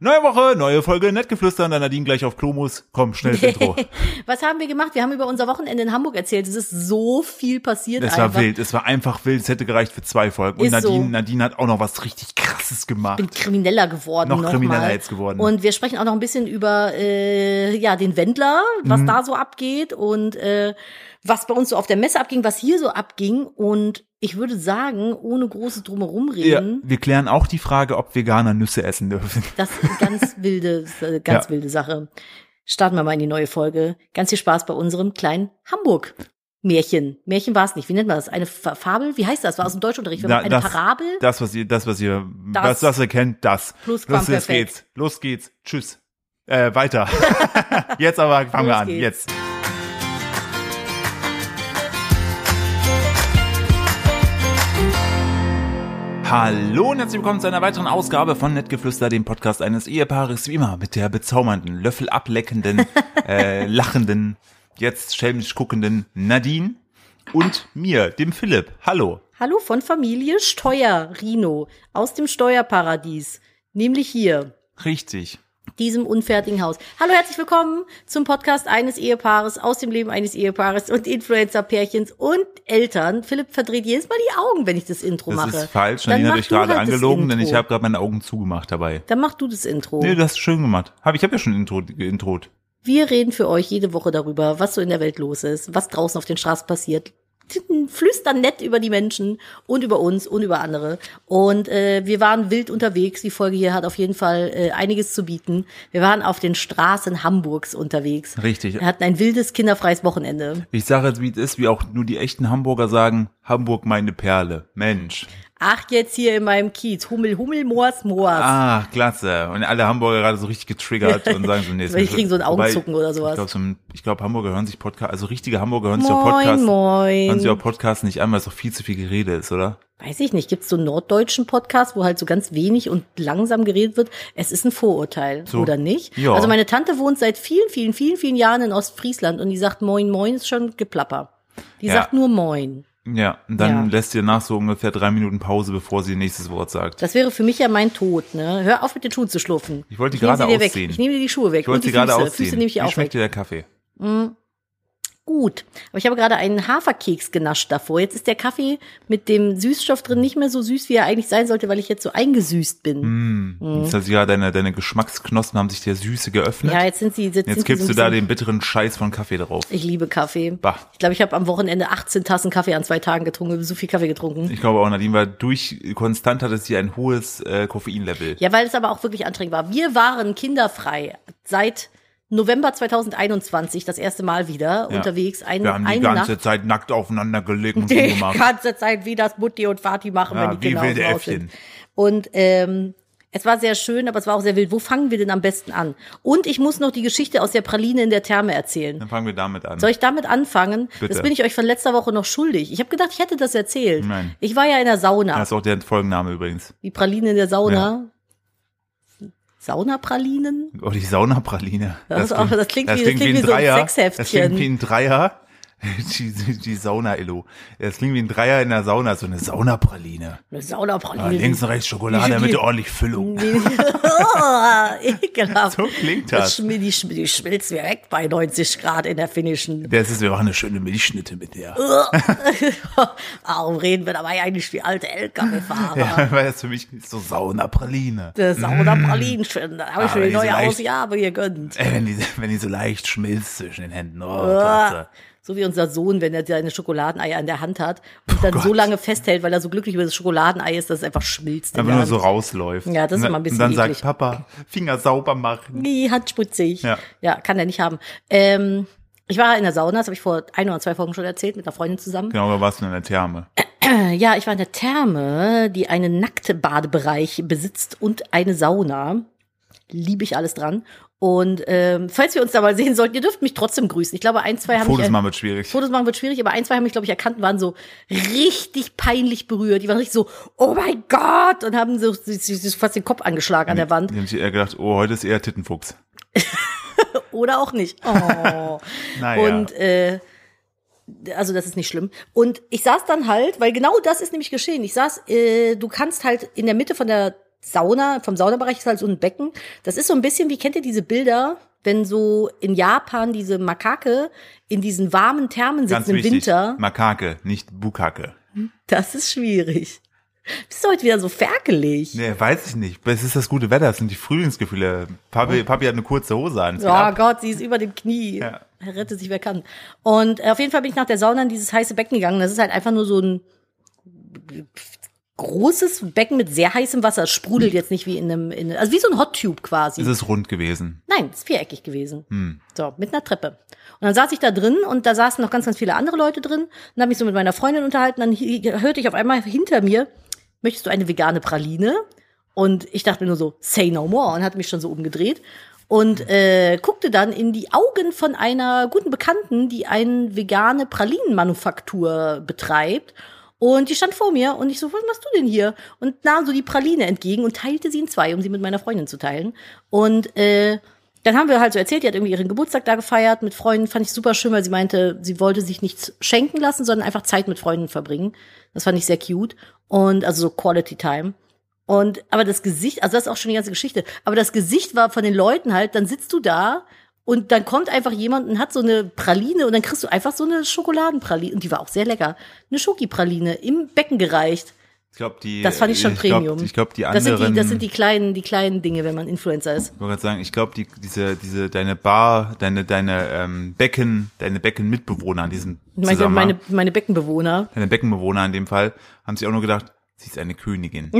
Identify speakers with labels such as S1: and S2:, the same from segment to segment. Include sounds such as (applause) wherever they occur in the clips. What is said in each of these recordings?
S1: Neue Woche, neue Folge, nett geflüstern, dann Nadine gleich auf Klo muss. Komm, schnell ins Intro.
S2: Was haben wir gemacht? Wir haben über unser Wochenende in Hamburg erzählt. Es ist so viel passiert.
S1: Es
S2: einfach.
S1: war wild, es war einfach wild, es hätte gereicht für zwei Folgen. Und
S2: Ist
S1: Nadine,
S2: so.
S1: Nadine hat auch noch was richtig krasses gemacht.
S2: bin krimineller geworden.
S1: Noch
S2: mal.
S1: krimineller jetzt geworden.
S2: Und wir sprechen auch noch ein bisschen über äh, ja den Wendler, was
S1: Mhm.
S2: da so abgeht und äh, was bei uns so auf der Messe abging, was hier so abging. Und ich würde sagen, ohne großes
S1: ja,
S2: Drumherumreden,
S1: wir klären auch die Frage, ob Veganer Nüsse essen dürfen.
S2: das ist eine
S1: (laughs)
S2: ganz wilde, äh, ganz
S1: Ja.
S2: wilde Sache. Starten wir mal in die neue Folge. Ganz viel Spaß bei unserem kleinen Hamburg. Märchen. Märchen war es nicht. Wie nennt man das? Eine Fa- Fabel? Wie heißt das? War aus dem Deutschunterricht. Wenn
S1: Da-
S2: man- eine
S1: das-
S2: Parabel?
S1: Das, was ihr, das, was ihr,
S2: Das.
S1: was das ihr kennt, das.
S2: Plus
S1: Los, jetzt
S2: Quamperfekt.
S1: geht's. Los geht's. Tschüss. Äh, weiter. (laughs) jetzt aber fangen wir
S2: Los
S1: an.
S2: geht's.
S1: Jetzt. Hallo und herzlich willkommen zu einer weiteren Ausgabe von Nettgeflüster, dem Podcast eines Ehepaares, wie immer mit der bezaubernden,
S2: (laughs)
S1: löffelableckenden, äh, lachenden, jetzt schelmisch guckenden Nadine und mir, dem Philipp. Hallo.
S2: Hallo von Familie Steuerrino aus dem Steuerparadies, nämlich hier,
S1: Richtig.
S2: diesem unfertigen Haus. Hallo, herzlich willkommen zum Podcast eines Ehepaares aus dem Leben eines Ehepaares und Influencer-Pärchens und Eltern. Philipp verdreht jedes Mal die Augen, wenn ich das Intro
S1: Das
S2: mache.
S1: ist falsch.
S2: Dann
S1: Nadine
S2: mach
S1: hat euch
S2: du
S1: gerade
S2: halt das
S1: angelogen, denn
S2: Intro.
S1: ich habe gerade meine Augen zugemacht dabei.
S2: Dann mach du das Intro.
S1: Nee, du hast schön gemacht. Hab, ich habe ja schon Intro, introt.
S2: Wir reden für euch jede Woche darüber, was so in der Welt los ist, was draußen auf den Straßen passiert. Flüstern nett über die Menschen und über uns und über andere. Und äh, wir waren wild unterwegs. Die Folge hier hat auf jeden Fall äh, einiges zu bieten. Wir waren auf den Straßen Hamburgs unterwegs.
S1: Richtig.
S2: Wir hatten ein wildes, kinderfreies Wochenende.
S1: Ich sage jetzt, wie es ist, wie auch nur die echten Hamburger sagen, Hamburg meine Perle. Mensch.
S2: Ach, jetzt hier in meinem Kiez. Hummel, Hummel, Moors, Moors.
S1: Ah, klasse. Und alle Hamburger gerade so richtig getriggert und sagen so, nee, (laughs) ist
S2: Weil die
S1: mir schon-
S2: kriegen so einen
S1: Wobei,
S2: Augenzucken oder sowas.
S1: Ich glaube, so ein- ich glaub, Hamburger hören sich Podcast, also richtige Hamburger hören sich auch Podcast,
S2: moin,
S1: hören sich auch
S2: moin.
S1: Podcast nicht an, weil es doch viel zu viel Gerede ist, oder?
S2: Weiß ich nicht, gibt's so einen norddeutschen Podcast, wo halt so ganz wenig und langsam geredet wird? Es ist ein Vorurteil,
S1: So.
S2: oder nicht?
S1: Ja.
S2: Also meine Tante wohnt seit vielen, vielen, vielen, vielen Jahren in Ostfriesland und die sagt Moin Moin ist schon Geplapper. Die
S1: Ja.
S2: sagt nur Moin.
S1: Ja. Und dann
S2: Ja.
S1: lässt ihr nach so ungefähr drei Minuten Pause, bevor sie ihr nächstes Wort sagt.
S2: Das wäre für mich ja mein Tod, ne? Hör auf mit den Schuhen zu schlurfen.
S1: Ich wollte die
S2: nehme
S1: gerade
S2: sie dir weg.
S1: ausziehen.
S2: Ich nehme dir die Schuhe weg.
S1: Ich wollte
S2: und die
S1: sie gerade
S2: Füße.
S1: ausziehen.
S2: Füße nehme ich
S1: Wie
S2: auch weg.
S1: schmeckt dir der Kaffee?
S2: gut. Aber ich habe gerade einen Haferkeks genascht davor. Jetzt ist der Kaffee mit dem Süßstoff drin nicht mehr so süß, wie er eigentlich sein sollte, weil ich jetzt so eingesüßt bin.
S1: Mhm. Jetzt hat sich ja deine, deine Geschmacksknospen haben sich der Süße geöffnet.
S2: Mhm. Ja, jetzt sind sie sitzen
S1: Jetzt
S2: sie so
S1: kippst du
S2: ein
S1: da
S2: bisschen-
S1: den bitteren Scheiß von Kaffee drauf.
S2: Ich liebe Kaffee.
S1: Bah.
S2: Ich glaube, ich habe am Wochenende 18 Tassen Kaffee an zwei Tagen getrunken, so viel Kaffee getrunken.
S1: Ich glaube auch, Nadine war durch, konstant hatte sie ein hohes äh, Koffeinlevel.
S2: Ja, weil es aber auch wirklich anstrengend war. Wir waren kinderfrei seit November 2021 das erste Mal wieder
S1: Ja.
S2: unterwegs. Ein,
S1: Wir haben die
S2: eine
S1: ganze
S2: Nacht.
S1: Zeit nackt aufeinander
S2: (laughs)
S1: gelegen und
S2: Die
S1: rumgemacht.
S2: ganze Zeit, wie das Mutti und Vati machen,
S1: Ja,
S2: wenn die
S1: wie
S2: Kinder aus
S1: wilde
S2: dem Haus sind.
S1: Äffchen.
S2: Und ähm, es war sehr schön, aber es war auch sehr wild. Wo fangen wir denn am besten an? Und ich muss noch die Geschichte aus der Praline in der Therme erzählen.
S1: Dann fangen wir damit an.
S2: Soll ich damit anfangen?
S1: Bitte.
S2: Das bin ich euch von letzter Woche noch schuldig. Ich habe gedacht, ich hätte das erzählt.
S1: Nein.
S2: Ich war ja in der Sauna.
S1: das ist auch der Folgenname übrigens.
S2: Die Pralinen in der Sauna. Saunapralinen?
S1: Oh, die Saunapraline.
S2: Das ist auch- das klingt wie- das klingt wie so ein Sexheftchen.
S1: Das klingt wie ein Dreier. (laughs) Die, die, die Sauna-Illo. Das klingt wie ein Dreier in der Sauna, so eine Saunapraline.
S2: Eine
S1: Ah,
S2: Saunapraline.
S1: links und rechts Schokolade,
S2: die-
S1: damit ordentlich Füllung.
S2: (laughs) oh,
S1: (laughs)
S2: ekelhaft.
S1: So klingt
S2: Das
S1: das.
S2: schmi- die, schmi- die schmilzt mir weg bei 90 Grad in der finnischen.
S1: Das ist, wir machen eine schöne Milchschnitte mit der.
S2: Warum reden wir dabei eigentlich wie alte LKW-Fahrer?
S1: Ja, weil das für mich ist so Saunapraline.
S2: Das Saunapralinen schön. Da habe ich
S1: Aber
S2: mir die
S1: die sind
S2: neue
S1: leicht-
S2: Ausgabe gegönnt.
S1: Ey, wenn die, wenn die so leicht schmilzt zwischen den Händen. Oh,
S2: Ah,
S1: klasse.
S2: So wie unser Sohn, wenn er seine Schokoladeneier in der Hand hat und dann so
S1: Oh Gott.
S2: lange festhält, weil er so glücklich über das Schokoladenei ist, dass es einfach schmilzt. in
S1: Einfach
S2: der
S1: nur
S2: Hand.
S1: so rausläuft.
S2: Ja, das ist
S1: Und
S2: immer ein
S1: dann-
S2: bisschen
S1: Und dann
S2: eklig.
S1: sagt Papa, Finger sauber machen.
S2: Nee, handschmutzig. Ja.
S1: Ja.
S2: ja, kann er nicht haben. Ähm, ich war in der Sauna, das habe ich vor ein oder zwei Folgen schon erzählt, mit einer Freundin zusammen.
S1: Genau, da warst du in der Therme.
S2: Äh, Ja, ich war in der Therme, die einen nackten Badebereich besitzt und eine Sauna. Liebe ich alles dran. Und ähm, falls wir uns da mal sehen sollten, ihr dürft mich trotzdem grüßen. Ich glaube, ein, zwei haben mich,
S1: Fotos
S2: äh,
S1: machen wird schwierig.
S2: Fotos machen wird schwierig, aber ein, zwei haben mich, glaube ich, erkannt und waren so richtig peinlich berührt. Die waren richtig so, oh mein Gott, und haben so, sich- sich- sich fast den Kopf angeschlagen an der Wand.
S1: Die haben sich eher gedacht, oh, heute ist eher Tittenfuchs.
S2: Oder auch nicht. (laughs)
S1: Ah,
S2: Oh.
S1: Naja.
S2: Und äh, also das ist nicht schlimm. Und ich saß dann halt, weil genau das ist nämlich geschehen. Ich saß, äh, du kannst halt in der Mitte von der Sauna, vom Saunabereich ist halt so ein Becken. Das ist so ein bisschen, wie kennt ihr diese Bilder, wenn so in Japan diese Makake in diesen warmen Thermen sitzen
S1: Ganz
S2: im
S1: wichtig.
S2: Winter?
S1: Makake, nicht Bukake.
S2: Das ist schwierig. Bist du heute wieder so ferkelig?
S1: Nee, weiß ich nicht. Es ist das gute Wetter, es sind die Frühlingsgefühle. Papi, Papi hat eine kurze Hose an. es geht
S2: Ja,
S1: ab.
S2: Oh Gott, sie ist über dem Knie.
S1: Ja.
S2: Er rette sich, wer kann. Und äh, auf jeden Fall bin ich nach der Sauna in dieses heiße Becken gegangen. Das ist halt einfach nur so ein großes Becken mit sehr heißem Wasser. Es Sprudelt jetzt nicht wie in einem, in, also wie so ein Hot Tube quasi.
S1: Es ist rund gewesen. Hm.
S2: Nein, es ist viereckig gewesen. So, mit einer Treppe. Und dann saß ich da drin und da saßen noch ganz, ganz viele andere Leute drin und habe mich so mit meiner Freundin unterhalten. Dann hi- hörte ich auf einmal hinter mir, möchtest du eine vegane Praline? Und ich dachte mir nur so, say no more und hatte mich schon so umgedreht und äh, guckte dann in die Augen von einer guten Bekannten, die eine vegane Pralinenmanufaktur betreibt. Und die stand vor mir und ich so, was machst du denn hier? Und nahm so die Praline entgegen und teilte sie in zwei, um sie mit meiner Freundin zu teilen. Und äh, dann haben wir halt so erzählt, die hat irgendwie ihren Geburtstag da gefeiert mit Freunden. Fand ich super schön, weil sie meinte, sie wollte sich nichts schenken lassen, sondern einfach Zeit mit Freunden verbringen. Das fand ich sehr cute. Und also so Quality Time. Und aber das Gesicht, also das ist auch schon die ganze Geschichte, aber das Gesicht war von den Leuten halt, dann sitzt du da und dann kommt einfach jemand und hat so eine Praline und dann kriegst du einfach so eine Schokoladenpraline und die war auch sehr lecker. Eine Schokipraline im Becken gereicht.
S1: Ich glaube, die.
S2: Das fand ich schon
S1: Äh, ich glaub,
S2: Premium.
S1: Ich glaube, die
S2: Das sind die,
S1: anderen.
S2: das sind die kleinen, die kleinen Dinge, wenn man Influencer ist.
S1: Ich wollte gerade sagen, ich glaube, die, diese, diese, deine Bar, deine, deine ähm, Becken, deine Beckenmitbewohner an diesem
S2: Meine,
S1: Zusammenhang,
S2: meine, meine Beckenbewohner.
S1: deine Beckenbewohner in dem Fall, haben sich auch nur gedacht, sie ist eine
S2: (laughs)
S1: Königin.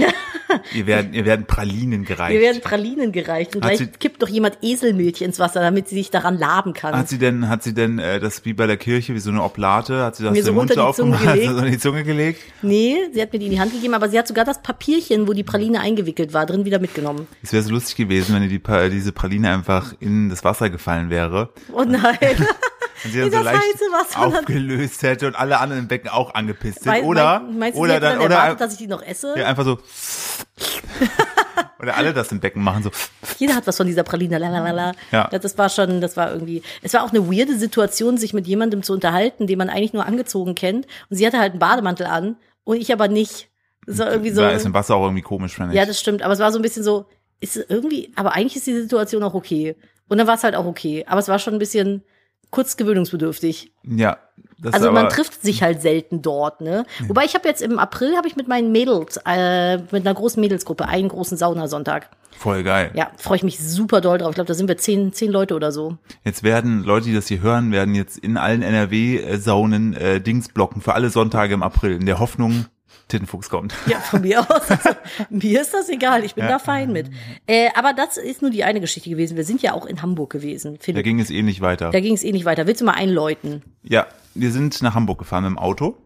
S1: ihr werden, ihr werden Pralinen gereicht.
S2: Mir werden Pralinen gereicht und
S1: Hat
S2: gleich
S1: sie-
S2: kippt doch jemand Eselmilch ins Wasser, damit sie sich daran laben kann.
S1: hat sie denn, hat sie denn äh, das wie bei der Kirche, wie so eine Oblate, hat sie das
S2: Mir so
S1: den Mund
S2: unter die Zunge
S1: aufgemacht, hat sie
S2: gelegt.
S1: das an die Zunge gelegt?
S2: nee, sie hat mir die in die Hand gegeben, aber sie hat sogar das Papierchen, wo die Praline eingewickelt war, drin wieder mitgenommen.
S1: Es wäre so lustig gewesen, wenn ihr die, Pa- diese Praline einfach in das Wasser gefallen wäre (laughs)
S2: Oh nein.
S1: und sie dann
S2: Wie
S1: so
S2: das
S1: leicht
S2: heiße Wasser dann-
S1: aufgelöst hätte und alle anderen im Becken auch angepisst sind.
S2: Weil-
S1: Oder,
S2: mein- meinst du, sie
S1: oder
S2: hätte dann,
S1: dann, oder,
S2: erwartet, dass ich die noch esse?
S1: Ja, einfach so. (laughs) Oder alle das im Becken machen, so.
S2: Jeder hat was von dieser Praline, lalalala.
S1: Ja.
S2: Das, das war schon, das war irgendwie, es war auch eine weirde Situation, sich mit jemandem zu unterhalten, den man eigentlich nur angezogen kennt. Und sie hatte halt einen Bademantel an und ich aber nicht. Das war irgendwie so.
S1: Da ist im Wasser auch irgendwie komisch, finde ich.
S2: Ja, das stimmt. Aber es war so ein bisschen so, ist es irgendwie, aber eigentlich ist die Situation auch okay. Und dann war es halt auch okay. Aber es war schon ein bisschen kurz gewöhnungsbedürftig.
S1: ja, das
S2: Also
S1: aber,
S2: man trifft sich halt selten dort, ne? Wobei ich habe jetzt im April habe ich mit meinen Mädels, äh, mit einer großen Mädelsgruppe einen großen Saunasonntag.
S1: Voll geil.
S2: Ja, freue ich mich super doll drauf. Ich glaube, da sind wir zehn, zehn Leute
S1: (laughs)
S2: oder so.
S1: Jetzt werden Leute, die das hier hören, werden jetzt in allen NRW-Saunen äh, Dings blocken für alle Sonntage im April, in der Hoffnung, Tittenfuchs kommt.
S2: Ja, von mir aus. Also, mir ist das egal. Ich bin da fein mit. Äh, aber das ist nur die eine Geschichte gewesen. Wir sind ja auch in Hamburg gewesen.
S1: Da
S2: Philipp,
S1: ging es eh nicht weiter.
S2: da ging es eh nicht weiter. Willst du mal einläuten?
S1: Ja, wir sind nach Hamburg gefahren mit dem Auto.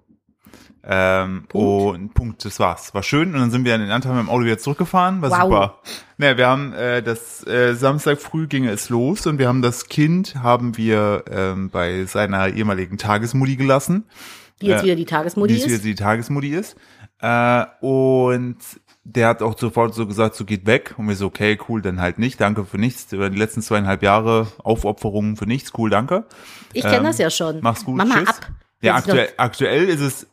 S1: Ähm, Und Punkt, das war's. War schön. Und dann sind wir in Antal mit dem Auto wieder zurückgefahren. War
S2: Wow.
S1: super. Naja, wir haben äh, das äh, Samstag früh ging es los und wir haben das Kind haben wir ähm, bei seiner ehemaligen Tagesmutti gelassen.
S2: Die jetzt
S1: Ja.
S2: wieder die Tagesmodi
S1: Die ist wieder
S2: ist.
S1: die Tagesmutti ist. Äh, und der hat auch sofort so gesagt, so geht weg. Und wir so, okay, cool, dann halt nicht. Danke für nichts. Über die letzten zweieinhalb Jahre Aufopferungen für nichts. Cool, danke.
S2: Ich kenne
S1: ähm,
S2: das ja schon.
S1: Mach's gut.
S2: Mama
S1: tschüss.
S2: ab.
S1: Ja,
S2: Das ist
S1: aktuell, aktuell ist es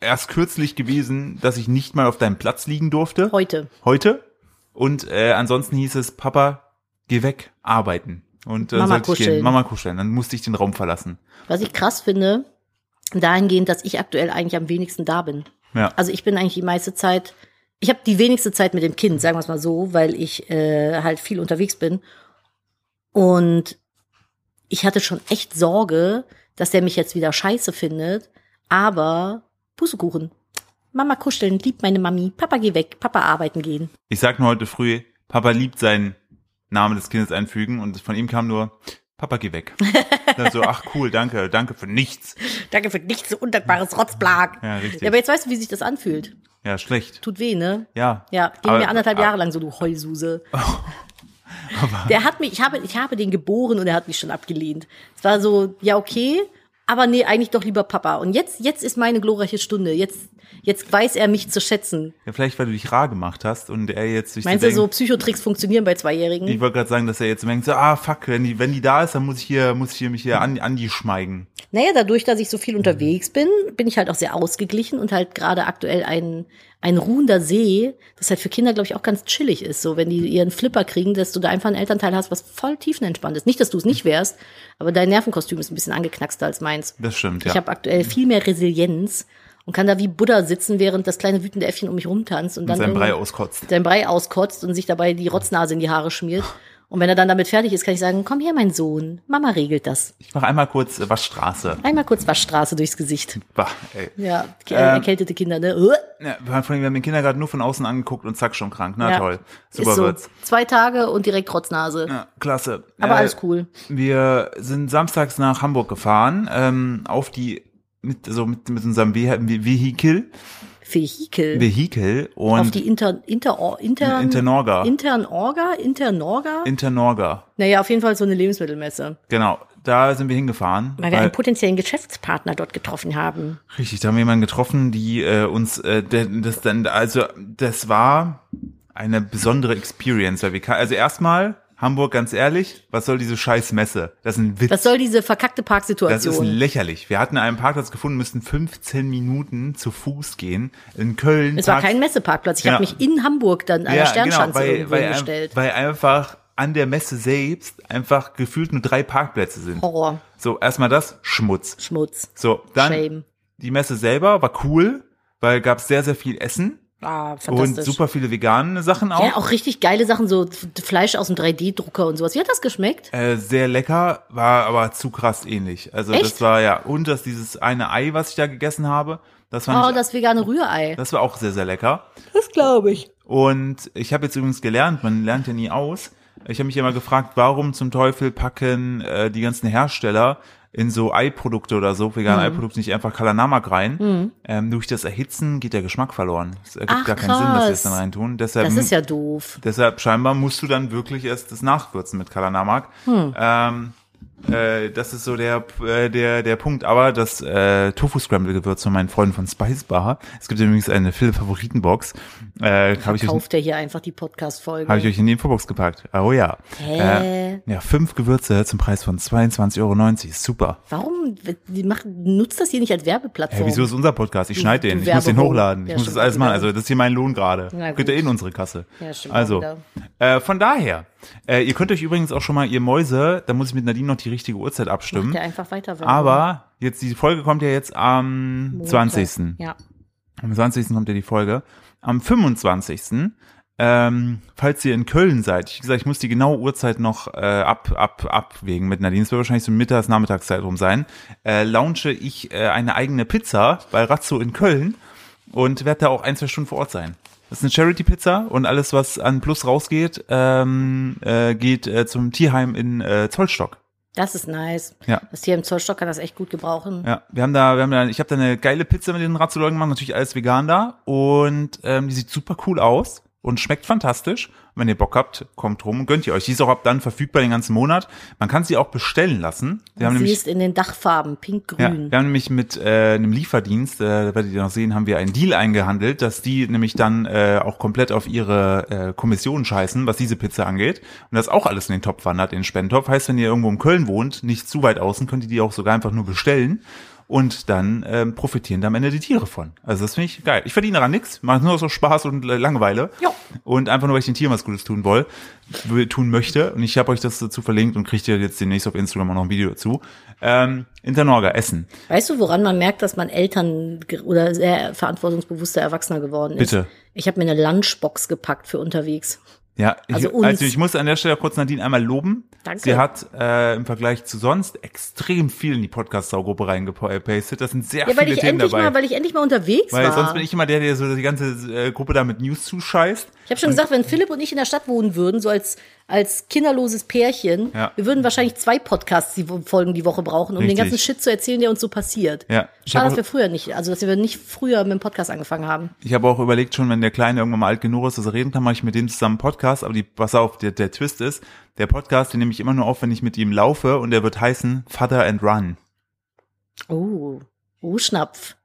S1: erst kürzlich gewesen, dass ich nicht mal auf deinem Platz liegen durfte.
S2: doch Heute.
S1: Heute. Und äh, ansonsten hieß es, Papa, geh weg, arbeiten. Und äh,
S2: Mama
S1: sollte ich
S2: kuscheln.
S1: gehen. Mama kuscheln. Dann musste ich den Raum verlassen.
S2: Was ich krass finde, dahingehend, dass ich aktuell eigentlich am wenigsten da bin.
S1: Ja.
S2: Also ich bin eigentlich die meiste Zeit, ich habe die wenigste Zeit mit dem Kind, sagen wir es mal so, weil ich äh, halt viel unterwegs bin. Und ich hatte schon echt Sorge, dass der mich jetzt wieder scheiße findet. Aber Pussekuchen. Mama kuscheln, liebt meine Mami. Papa geh weg, Papa arbeiten gehen.
S1: Ich sag nur heute früh, Papa liebt seinen Namen des Kindes einfügen und von ihm kam nur, Papa, geh
S2: (laughs)
S1: weg. dann so, ach cool, danke, danke für nichts.
S2: Danke für nichts, so undankbares Rotzblag.
S1: Ja, richtig.
S2: Ja, aber jetzt weißt du, wie sich das anfühlt.
S1: Ja, schlecht.
S2: Tut weh, ne?
S1: Ja.
S2: Ja, ging
S1: Aber-
S2: mir anderthalb
S1: aber-
S2: Jahre lang so, du Heulsuse. der hat mich, ich habe, ich habe den geboren und er hat mich schon abgelehnt. Es war so, ja, okay, aber nee, eigentlich doch lieber Papa. Und jetzt, jetzt ist meine glorreiche Stunde. Jetzt, jetzt weiß er mich zu schätzen.
S1: Ja, vielleicht, weil du dich rar gemacht hast und er jetzt sich
S2: Meinst du, so Psychotricks funktionieren bei Zweijährigen?
S1: Ich wollte gerade sagen, dass er jetzt denkt, so, ah, fuck, wenn die, wenn die da ist, dann muss ich hier, muss ich hier mich hier an, an die schmeigen.
S2: Naja, dadurch, dass ich so
S1: Mhm.
S2: viel unterwegs bin, bin ich halt auch sehr ausgeglichen und halt gerade aktuell ein, ein ruhender See, das halt für Kinder, glaube ich, auch ganz chillig ist. So, wenn die ihren Flipper kriegen, dass du da einfach einen Elternteil hast, was voll tiefenentspannt ist. Nicht, dass du es nicht wärst, aber dein Nervenkostüm ist ein bisschen angeknackster als meins.
S1: Das stimmt, Mhm. ja. Mhm.
S2: Ich habe aktuell viel mehr Resilienz und kann da wie Buddha sitzen, während das kleine wütende Äffchen um mich rumtanzt und
S1: und
S2: dann
S1: seinen Brei
S2: irgendwie-
S1: auskotzt.
S2: seinen Brei auskotzt und sich dabei die Rotznase in die
S1: (laughs)
S2: Haare schmiert. Und wenn er dann damit fertig ist, kann ich sagen, komm her, mein Sohn, Mama regelt das.
S1: Ich mache einmal kurz äh, Waschstraße.
S2: Einmal kurz Waschstraße durchs Gesicht.
S1: Bah, ey.
S2: Ja, ke-
S1: Ähm.
S2: erkältete Kinder, ne? Uah.
S1: Ja, wir haben vorhin- wir haben den Kindergarten nur von außen angeguckt und zack, schon krank. Na
S2: Ja.
S1: toll. Super
S2: Ist so.
S1: wird's.
S2: Zwei Tage und direkt Rotznase.
S1: Ja, klasse.
S2: Aber
S1: Äh,
S2: alles cool.
S1: Wir sind samstags nach Hamburg gefahren, ähm, auf die, mit, so mit, mit unserem Veh- Vehikel,
S2: Vehikel.
S1: Vehikel und
S2: Auf die Inter, Inter, Or- intern,
S1: Internorga.
S2: intern Orga, intern Orga.
S1: Internorga.
S2: naja, auf jeden Fall so eine Lebensmittelmesse.
S1: Genau, da sind wir hingefahren.
S2: Weil wir einen potenziellen Geschäftspartner dort getroffen haben.
S1: richtig, da haben wir jemanden getroffen, die äh, uns, äh, der- das dann, also das war eine besondere Experience, weil wir, ka- also erstmal, Hamburg, ganz ehrlich, was soll diese scheiß Messe? Das ist ein Witz.
S2: Was soll diese verkackte
S1: Das ist
S2: Parksituation?
S1: lächerlich. Wir hatten einen Parkplatz gefunden, müssten 15 Minuten zu Fuß gehen. In Köln.
S2: Es war
S1: Parks-
S2: kein Messeparkplatz. Ich
S1: Ja.
S2: habe mich in Hamburg dann an der Sternschanze
S1: weil,
S2: irgendwo
S1: weil, ein-
S2: gestellt.
S1: weil einfach an der Messe selbst einfach gefühlt nur drei Parkplätze sind.
S2: Horror,
S1: So, erstmal das, Schmutz.
S2: Schmutz,
S1: So, dann
S2: Shame.
S1: die Messe selber war cool, weil gab sehr, sehr viel Essen
S2: Ah,
S1: und
S2: fantastisch.
S1: super viele vegane Sachen auch.
S2: Ja, auch richtig geile Sachen, so F- Fleisch aus dem 3D-Drucker und sowas. Wie hat das geschmeckt?
S1: Äh, sehr lecker, war aber zu krass ähnlich. Also das
S2: Echt?
S1: war ja, und dass dieses eine Ei, was ich da gegessen habe, das fand
S2: Oh,
S1: ich,
S2: das vegane Rührei.
S1: das war auch sehr, sehr lecker.
S2: Das glaube ich.
S1: Und ich habe jetzt übrigens gelernt, man lernt ja nie aus. Ich habe mich immer gefragt, warum zum Teufel packen äh, die ganzen Hersteller in so Eiprodukte oder so, vegane
S2: Mhm.
S1: Eiprodukte, nicht einfach Kalanamak rein. Ähm, durch das Erhitzen geht der Geschmack verloren. Es ergibt
S2: Ach,
S1: gar keinen Sinn, dass sie es
S2: krass.
S1: dann reintun. Deshalb,
S2: Das ist ja doof.
S1: deshalb scheinbar musst du dann wirklich erst das nachwürzen mit Kalanamak. Ähm, äh, das ist so der, äh, der, der Punkt. Aber das äh, Tofu-Scramble-Gewürz von meinen Freunden von Spice Bar, es gibt übrigens eine Philipp-Favoritenbox, äh, habe ich euch
S2: Kauft er hier einfach die
S1: habe ich
S2: Podcast-Folge.
S1: euch in die Infobox gepackt. Oh ja.
S2: Hä?
S1: Äh, ja, fünf Gewürze zum Preis von 22,90 Euro. Super.
S2: Warum die macht, nutzt das hier nicht als
S1: Hä,
S2: Werbeplattform?
S1: wieso ist unser Podcast? Ich
S2: Du-
S1: schneide
S2: du
S1: den. Ich muss den
S2: Werbung.
S1: hochladen. Ich
S2: Ja,
S1: muss das
S2: stimmt,
S1: alles
S2: du
S1: machen.
S2: Werbung.
S1: Also, das ist hier mein Lohn gerade.
S2: Na gut.
S1: Geht ja eh in unsere Kasse.
S2: Ja, stimmt, auch
S1: Also,
S2: wieder.
S1: äh, von daher, äh, ihr könnt euch übrigens auch schon mal, ihr Mäuse, da muss ich mit Nadine noch die richtige Uhrzeit abstimmen.
S2: Der einfach weiter Werbung.
S1: Aber jetzt, die Folge kommt ja jetzt am
S2: Montag.
S1: 20.
S2: Ja.
S1: Am 20. kommt ja die Folge. Am 25. Ähm, falls ihr in Köln seid, ich wie gesagt, ich muss die genaue Uhrzeit noch äh, ab, ab, abwägen mit Nadine. Es wird wahrscheinlich so mittags, nachmittagszeit rum sein. Äh, launche ich äh, eine eigene Pizza bei Razzo in Köln und werde da auch ein, zwei Stunden vor Ort sein. Das ist eine Charity-Pizza und alles, was an Plus rausgeht, ähm, äh, geht äh, zum Tierheim in äh, Zollstock.
S2: Das ist nice.
S1: Ja.
S2: Das hier im Zollstock kann das echt gut gebrauchen.
S1: Ja, wir haben da, wir haben da, ich habe da eine geile Pizza mit den Razzoleugen gemacht, natürlich alles vegan da und ähm, die sieht super cool aus und schmeckt fantastisch. Und wenn ihr Bock habt, kommt rum und gönnt ihr euch. Die ist auch ab dann verfügbar den ganzen Monat. Man kann sie auch bestellen lassen. Wir haben
S2: Sie
S1: nämlich
S2: ist in den Dachfarben,
S1: ja,
S2: pink-grün.
S1: wir haben nämlich mit äh, einem Lieferdienst, äh, da werdet ihr noch sehen, haben wir einen Deal eingehandelt, dass die nämlich dann äh, auch komplett auf ihre äh, Kommission scheißen, was diese Pizza angeht. Und das auch alles in den Topf wandert, in den Spendentopf. Heißt, wenn ihr irgendwo in Köln wohnt, nicht zu weit außen, könnt ihr die auch sogar einfach nur bestellen. Und dann ähm, profitieren da am Ende die Tiere von. Also das finde ich geil. Ich verdiene daran nichts, macht nur so Spaß und äh, Langeweile.
S2: Ja.
S1: Und einfach nur, weil ich den Tieren was Gutes tun will, will- tun möchte. Und ich habe euch das dazu verlinkt und kriegt ihr jetzt demnächst auf Instagram auch noch ein Video dazu. Ähm, Internorga, Essen.
S2: Weißt du, woran man merkt, dass man Eltern ge- oder sehr verantwortungsbewusster Erwachsener geworden ist?
S1: Bitte.
S2: Ich habe mir eine Lunchbox gepackt für unterwegs.
S1: Ja, ich,
S2: Also
S1: also,
S2: uns.
S1: ich muss an der Stelle kurz Nadine einmal loben.
S2: Danke.
S1: Sie hat äh, im Vergleich zu sonst extrem viel in die Podcast-Saugruppe reingepastet. Das sind sehr
S2: Ja, weil
S1: viele
S2: ich
S1: Themen
S2: endlich
S1: dabei.
S2: mal, weil ich endlich mal unterwegs
S1: weil
S2: war.
S1: sonst bin ich immer der, der so die ganze äh, Gruppe da mit News zuscheißt.
S2: ich habe schon gesagt, wenn Philipp und ich in der Stadt wohnen würden, so als als kinderloses Pärchen,
S1: Ja.
S2: wir würden wahrscheinlich zwei Podcasts die Folgen die Woche brauchen, um
S1: Richtig.
S2: den ganzen Shit zu erzählen, der uns so passiert.
S1: Ja. Ich hab
S2: Schade,
S1: auch-
S2: dass wir früher nicht, also dass wir nicht früher mit dem Podcast angefangen haben.
S1: Ich habe auch überlegt, schon wenn der Kleine irgendwann mal alt genug ist, dass er reden kann, mache ich mit dem zusammen einen Podcast. Aber die, pass auf, der, der Twist ist, der Podcast, den nehme ich immer nur auf, wenn ich mit ihm laufe und der wird heißen Father and Run.
S2: Oh, oh Schnapf.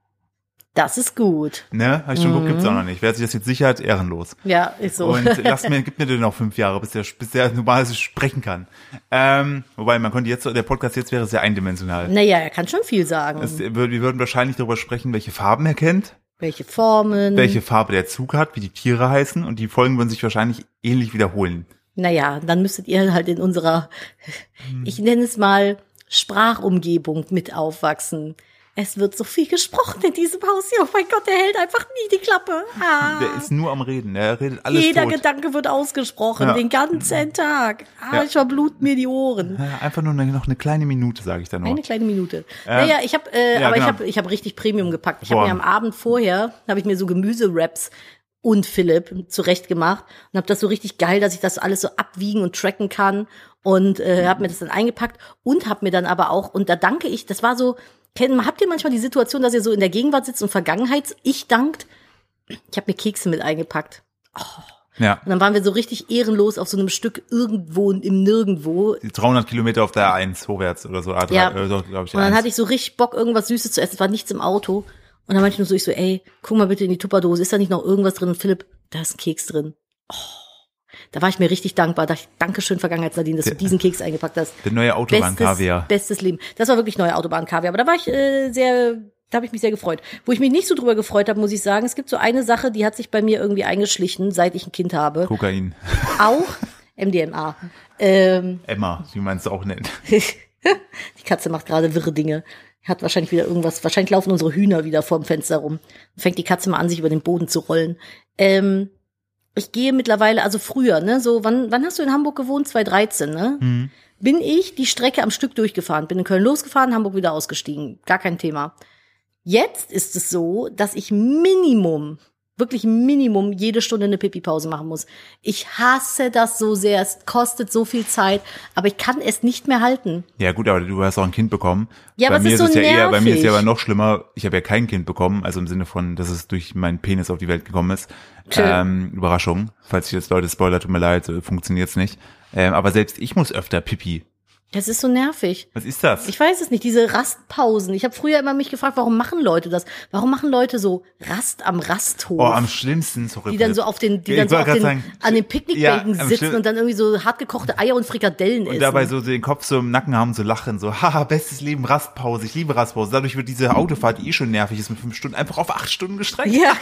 S2: Das ist gut.
S1: Ne? Hab ich schon geguckt, gibt's auch noch
S2: Mhm.
S1: nicht. Wer sich das jetzt sichert, ehrenlos.
S2: Ja, ist so.
S1: Und lass mir, gib mir den noch fünf Jahre, bis der, bis der normal sprechen kann. Ähm, wobei, man könnte jetzt, der Podcast jetzt wäre sehr eindimensional.
S2: (laughs) naja, er kann schon viel sagen.
S1: Es, wir würden wahrscheinlich darüber sprechen, welche Farben er kennt,
S2: welche Formen.
S1: welche Farbe der Zug hat, wie die Tiere heißen und die Folgen würden sich wahrscheinlich ähnlich wiederholen.
S2: Naja, dann müsstet ihr halt in unserer,
S1: Hm.
S2: ich nenne es mal, Sprachumgebung mit aufwachsen. Es wird so viel gesprochen in diesem Haus hier. Oh mein Gott, der hält einfach nie die Klappe. Ah.
S1: Der ist nur am Reden, der redet alles
S2: Jeder
S1: tot.
S2: Gedanke wird ausgesprochen,
S1: Ja.
S2: den ganzen Tag. Ah,
S1: Ja.
S2: ich verblute mir die Ohren.
S1: Ja, Einfach nur noch eine kleine Minute, sage ich dann nur.
S2: Eine kleine Minute. naja, ich habe, äh,
S1: ja,
S2: aber
S1: genau.
S2: ich habe, ich habe richtig Premium gepackt. Ich habe
S1: Boah.
S2: mir am Abend vorher, habe ich mir so Gemüse-Wraps und Philipp zurecht gemacht und habe das so richtig geil, dass ich das alles so abwiegen und tracken kann und äh, habe mir das dann eingepackt und habe mir dann aber auch und da danke ich. Das war so, kennt, habt ihr manchmal die Situation, dass ihr so in der Gegenwart sitzt und Vergangenheit ich dankt? Ich habe mir Kekse mit eingepackt.
S1: Ja.
S2: Und dann waren wir so richtig ehrenlos auf so einem Stück irgendwo im Nirgendwo
S1: 300 Kilometer auf der A1 hochwärts oder so. A3,
S2: Ja.
S1: äh, so, glaub ich,
S2: Und dann
S1: A1.
S2: hatte ich so richtig Bock, irgendwas Süßes zu essen. Es war nichts im Auto. Und dann meinte ich nur so, ich so, ey, guck mal bitte in die Tupperdose, ist da nicht noch irgendwas drin? Und Philipp, da ist ein Keks drin. Oh, da war ich mir richtig dankbar. Da dachte ich, Dankeschön, Vergangenheitsnadine, dass du
S1: Ja.
S2: diesen Keks eingepackt hast.
S1: der neue Autobahn-Kaviar.
S2: Bestes, bestes Leben. Das war wirklich neue Autobahn-Kaviar. Aber da war ich äh, sehr, da habe ich mich sehr gefreut. Wo ich mich nicht so drüber gefreut habe, muss ich sagen, es gibt so eine Sache, die hat sich bei mir irgendwie eingeschlichen, seit ich ein Kind habe.
S1: Kokain.
S2: Auch MDMA. Ähm,
S1: Emma, wie man es auch nennt.
S2: Die Katze macht gerade wirre Dinge. Hat wahrscheinlich wieder irgendwas. Wahrscheinlich laufen unsere Hühner wieder vorm Fenster rum. Fängt die Katze mal an, sich über den Boden zu rollen. Ähm, ich gehe mittlerweile, also früher, ne, so, wann, wann hast du in Hamburg gewohnt? 2013, ne? Bin ich die Strecke am Stück durchgefahren, bin in Köln losgefahren, Hamburg wieder ausgestiegen. Gar kein Thema. Jetzt ist es so, dass ich Minimum, wirklich Minimum jede Stunde eine Pipi-Pause machen muss. Ich hasse das so sehr. Es kostet so viel Zeit, aber ich kann es nicht mehr halten.
S1: Ja gut, aber du hast auch ein Kind bekommen.
S2: Ja,
S1: bei
S2: aber es
S1: mir
S2: ist
S1: ist es
S2: so
S1: ja eher, bei mir ist es ja aber
S2: nervig.
S1: noch schlimmer. Ich habe ja kein Kind bekommen, also im Sinne von, dass es durch meinen Penis auf die Welt gekommen ist.
S2: Tö.
S1: Ähm, Überraschung, falls ich jetzt Leute spoiler, tut mir leid, so funktioniert's nicht. Ähm, aber selbst ich muss öfter Pipi.
S2: Das ist so nervig.
S1: Was ist das?
S2: Ich weiß es nicht, diese Rastpausen. Ich habe früher immer mich gefragt, warum machen Leute das? Warum machen Leute so Rast am Rasthof?
S1: oh, am schlimmsten, sorry.
S2: die dann so
S1: Philipp.
S2: auf den, die
S1: Ich
S2: dann so auf
S1: wollte
S2: den,
S1: grad sagen,
S2: an den Picknickbänken
S1: ja, am
S2: sitzen
S1: schlimm-
S2: und dann irgendwie so hartgekochte Eier und Frikadellen essen.
S1: und dabei so den Kopf so im Nacken haben, so lachen, so, haha, bestes Leben, Rastpause, ich liebe Rastpause. Dadurch wird diese Autofahrt, die eh schon nervig ist, mit fünf Stunden einfach auf acht Stunden gestreckt.
S2: (laughs) ja,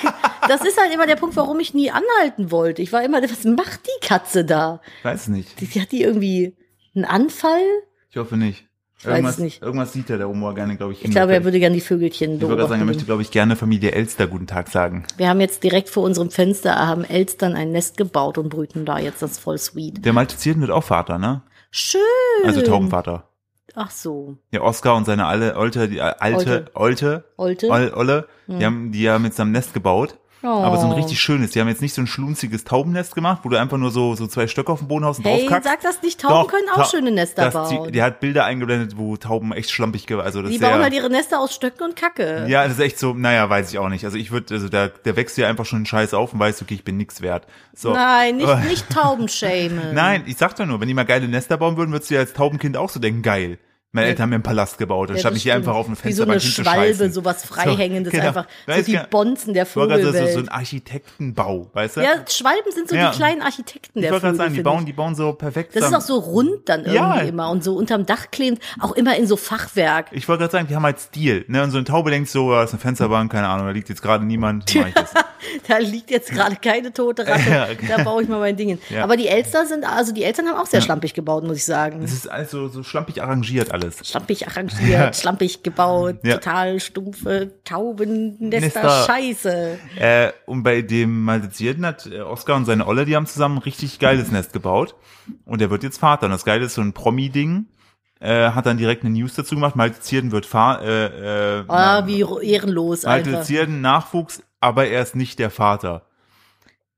S2: das ist halt immer der Punkt, warum ich nie anhalten wollte. Ich war immer, was macht die Katze da?
S1: Ich weiß es nicht.
S2: Die, die hat die irgendwie einen Anfall?
S1: Ich hoffe nicht.
S2: weiß
S1: irgendwas,
S2: es nicht.
S1: irgendwas sieht er da oben gerne, glaube ich.
S2: Ich glaube, er würde gerne die Vögelchen
S1: Ich würde gerade sagen, er
S2: beobachten.
S1: möchte, glaube ich, gerne Familie Elster guten Tag sagen.
S2: Wir haben jetzt direkt vor unserem Fenster, haben Elstern ein Nest gebaut und brüten da jetzt. Das ist voll sweet.
S1: Der Maltesierten wird auch Vater, ne?
S2: Schön.
S1: Also
S2: Hm.
S1: Taubenvater.
S2: Ach so.
S1: Ja, Oskar und seine alle, Olte, die äh, alte, Olte,
S2: Olte? Hm.
S1: Ol- Olle, die haben die ja mit seinem Nest gebaut.
S2: Oh.
S1: Aber so ein richtig schönes. Die haben jetzt nicht so ein schlunziges Taubennest gemacht, wo du einfach nur so, so zwei Stöcke auf dem Boden hast und
S2: Hey,
S1: draufkackst.
S2: sag das nicht, Tauben
S1: Doch,
S2: können auch
S1: Ta-
S2: schöne Nester
S1: das-
S2: bauen.
S1: Die,
S2: Die,
S1: die hat Bilder eingeblendet, wo Tauben echt schlampig, ge- also das ist
S2: bauen
S1: sehr-
S2: halt ihre Nester aus Stöcken und Kacke.
S1: Ja, das ist echt so, naja, weiß ich auch nicht. Also ich würde, also da, der wächst ja einfach schon einen Scheiß auf und weiß, okay, ich bin nix wert. So.
S2: Nein, nicht,
S1: Aber- (laughs)
S2: nicht Tauben shamen.
S1: Nein, ich sag doch nur, wenn die mal geile Nester bauen würden, würdest du ja als Taubenkind auch so denken, geil. Meine Eltern haben mir einen Palast gebaut und
S2: Ja,
S1: ich habe
S2: das
S1: mich hier
S2: stimmt.
S1: einfach auf ein Fenster
S2: Wie so
S1: beim
S2: eine
S1: Kind zu
S2: Schwalbe,
S1: scheißen.
S2: sowas Freihängendes,
S1: genau.
S2: einfach so
S1: Weiß
S2: die
S1: gar-
S2: Bonzen der
S1: Ich wollte gerade sagen,
S2: Vogelwelt.
S1: so, so ein Architektenbau, weißt du?
S2: ja, Schwalben sind so
S1: Ja.
S2: die kleinen Architekten
S1: ich
S2: der
S1: wollte gerade
S2: Vögel.
S1: sagen, die
S2: finde ich.
S1: bauen, die bauen so perfekt.
S2: das ist
S1: zusammen.
S2: auch so rund dann irgendwie
S1: Ja.
S2: immer und so unterm Dach klebend, auch immer in so Fachwerk.
S1: (laughs) Ich wollte gerade sagen, die haben halt Stil. Ne? Und so ein Taube denkt so, da ist eine Fensterbank, keine Ahnung, da liegt jetzt gerade niemand. Mach ich das.
S2: (laughs) Da liegt jetzt gerade keine tote Ratte.
S1: Ja, okay.
S2: Da baue ich mal mein Ding hin.
S1: Ja.
S2: Aber die Elster sind, also die Eltern haben auch sehr schlampig gebaut, muss ich sagen.
S1: Es ist also so schlampig arrangiert alles. (laughs)
S2: Schlampig arrangiert, schlampig gebaut,
S1: Ja.
S2: total stumpfe Taubennester,
S1: Nester.
S2: Scheiße. Oh,
S1: Äh, und bei dem Maltesierten hat äh, Oskar und seine Olle, die haben zusammen ein richtig geiles Nest gebaut. Und der wird jetzt Vater. Und das Geile ist so ein Promi-Ding. Äh, hat dann direkt eine News dazu gemacht. Maltesierten wird Vater. Äh, äh,
S2: Ah, wie ro- ehrenlos Oh, einfach.
S1: Maltesierten Nachwuchs, aber er ist nicht der Vater.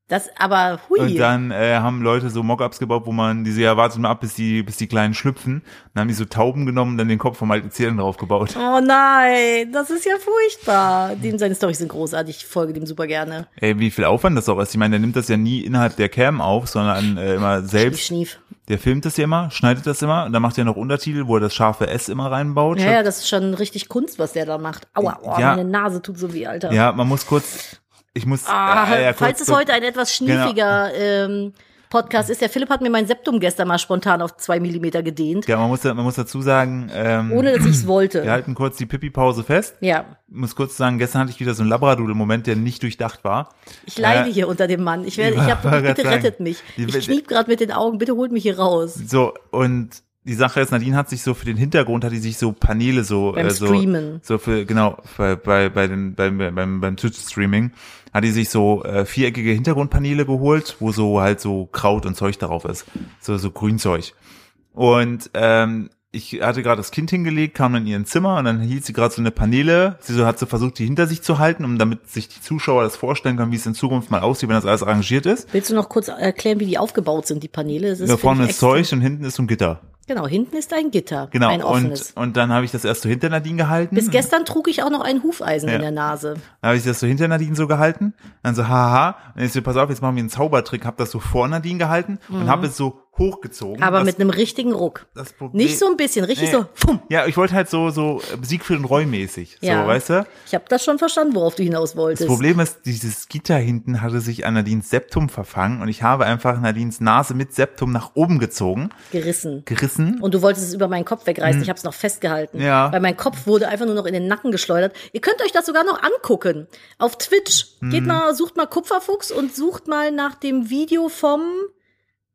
S2: Das aber, hui.
S1: Und dann äh, haben Leute so Mockups gebaut, wo man diese ja wartet mal ab, bis die, bis die Kleinen schlüpfen. Dann haben die so Tauben genommen und dann den Kopf vom alten Zählen draufgebaut.
S2: oh nein, das ist ja furchtbar. Dem, seine Storys sind großartig. Ich folge dem super gerne.
S1: Ey, wie viel Aufwand das auch ist. Ich meine, der nimmt das ja nie innerhalb der Cam auf, sondern äh, immer
S2: Ich
S1: selbst.
S2: schnief.
S1: Der filmt das ja immer, schneidet das immer und dann macht er noch Untertitel, wo er das scharfe S immer reinbaut.
S2: Ja, ja, das ist schon richtig Kunst, was der da macht. Aua, aua
S1: Ja.
S2: meine Nase tut so weh, Alter.
S1: Ja, man muss kurz. Ich muss.
S2: Ah,
S1: äh, ja,
S2: falls
S1: kurz
S2: es
S1: so- Genau.
S2: heute ein etwas schniefiger ähm, Podcast ist, der Philipp hat mir mein Septum gestern mal spontan auf zwei Millimeter gedehnt,
S1: Ja, man muss, da- man muss dazu sagen, ähm,
S2: ohne dass ich es wollte.
S1: wir
S2: Ja.
S1: halten kurz die Pipi-Pause fest. Muss kurz sagen, gestern hatte ich wieder so einen Labradudel-Moment, der nicht durchdacht war.
S2: ich leide
S1: Äh,
S2: hier unter dem Mann. Ich werde, ich hab,
S1: wollte
S2: bitte
S1: grad sagen,
S2: rettet mich.
S1: die-
S2: Ich kniep gerade mit den Augen, bitte holt mich hier raus.
S1: So, und die Sache ist, Nadine hat sich so für den Hintergrund, hat die sich so Paneele so,
S2: Beim
S1: äh, so,
S2: Streamen.
S1: so für, genau, bei, bei, bei den, beim, beim, beim Twitch-Streaming, hat die sich so äh, viereckige Hintergrundpaneele geholt, wo so halt so Kraut und Zeug darauf ist. So, so Grünzeug. Und, ähm, ich hatte gerade das Kind hingelegt, kam dann in ihren Zimmer und dann hielt sie gerade so eine Paneele. Sie so hat so versucht, die hinter sich zu halten, um damit sich die Zuschauer das vorstellen können, wie es in Zukunft mal aussieht, wenn das alles arrangiert ist.
S2: Willst du noch kurz erklären, wie die aufgebaut sind, die Paneele? Das ist,
S1: Da vorne
S2: finde ich,
S1: ist
S2: extra-
S1: Zeug und hinten ist so ein Gitter.
S2: Genau, hinten ist ein Gitter,
S1: Genau,
S2: ein offenes.
S1: und, und dann habe ich das erst so hinter Nadine gehalten.
S2: Bis gestern trug ich auch noch ein Hufeisen
S1: Ja.
S2: in der Nase.
S1: Dann habe ich das so hinter Nadine so gehalten. Dann so, haha. Und ich so, pass auf, jetzt machen wir einen Zaubertrick. Habe das so vor Nadine gehalten und habe es so hochgezogen.
S2: Mhm. Aber
S1: das,
S2: mit einem richtigen Ruck.
S1: das Problem-
S2: Nicht so ein bisschen, richtig
S1: Nee.
S2: so, fumm.
S1: Ja, ich wollte halt so, so äh, Siegfried und Roy mäßig.
S2: Ja.
S1: So, weißt du?
S2: Ich habe das schon verstanden, worauf du hinaus wolltest.
S1: Das Problem ist, dieses Gitter hinten hatte sich an Nadines Septum verfangen und ich habe einfach Nadines Nase mit Septum nach oben gezogen,
S2: Gerissen.
S1: gerissen.
S2: Und du wolltest es über meinen Kopf wegreißen. Ich habe es noch festgehalten.
S1: Mhm. Ja.
S2: Weil mein Kopf wurde einfach nur noch in den Nacken geschleudert. Ihr könnt euch das sogar noch angucken. Auf Twitch. Geht
S1: Mhm.
S2: mal, sucht mal Kupferfuchs und sucht mal nach dem Video vom,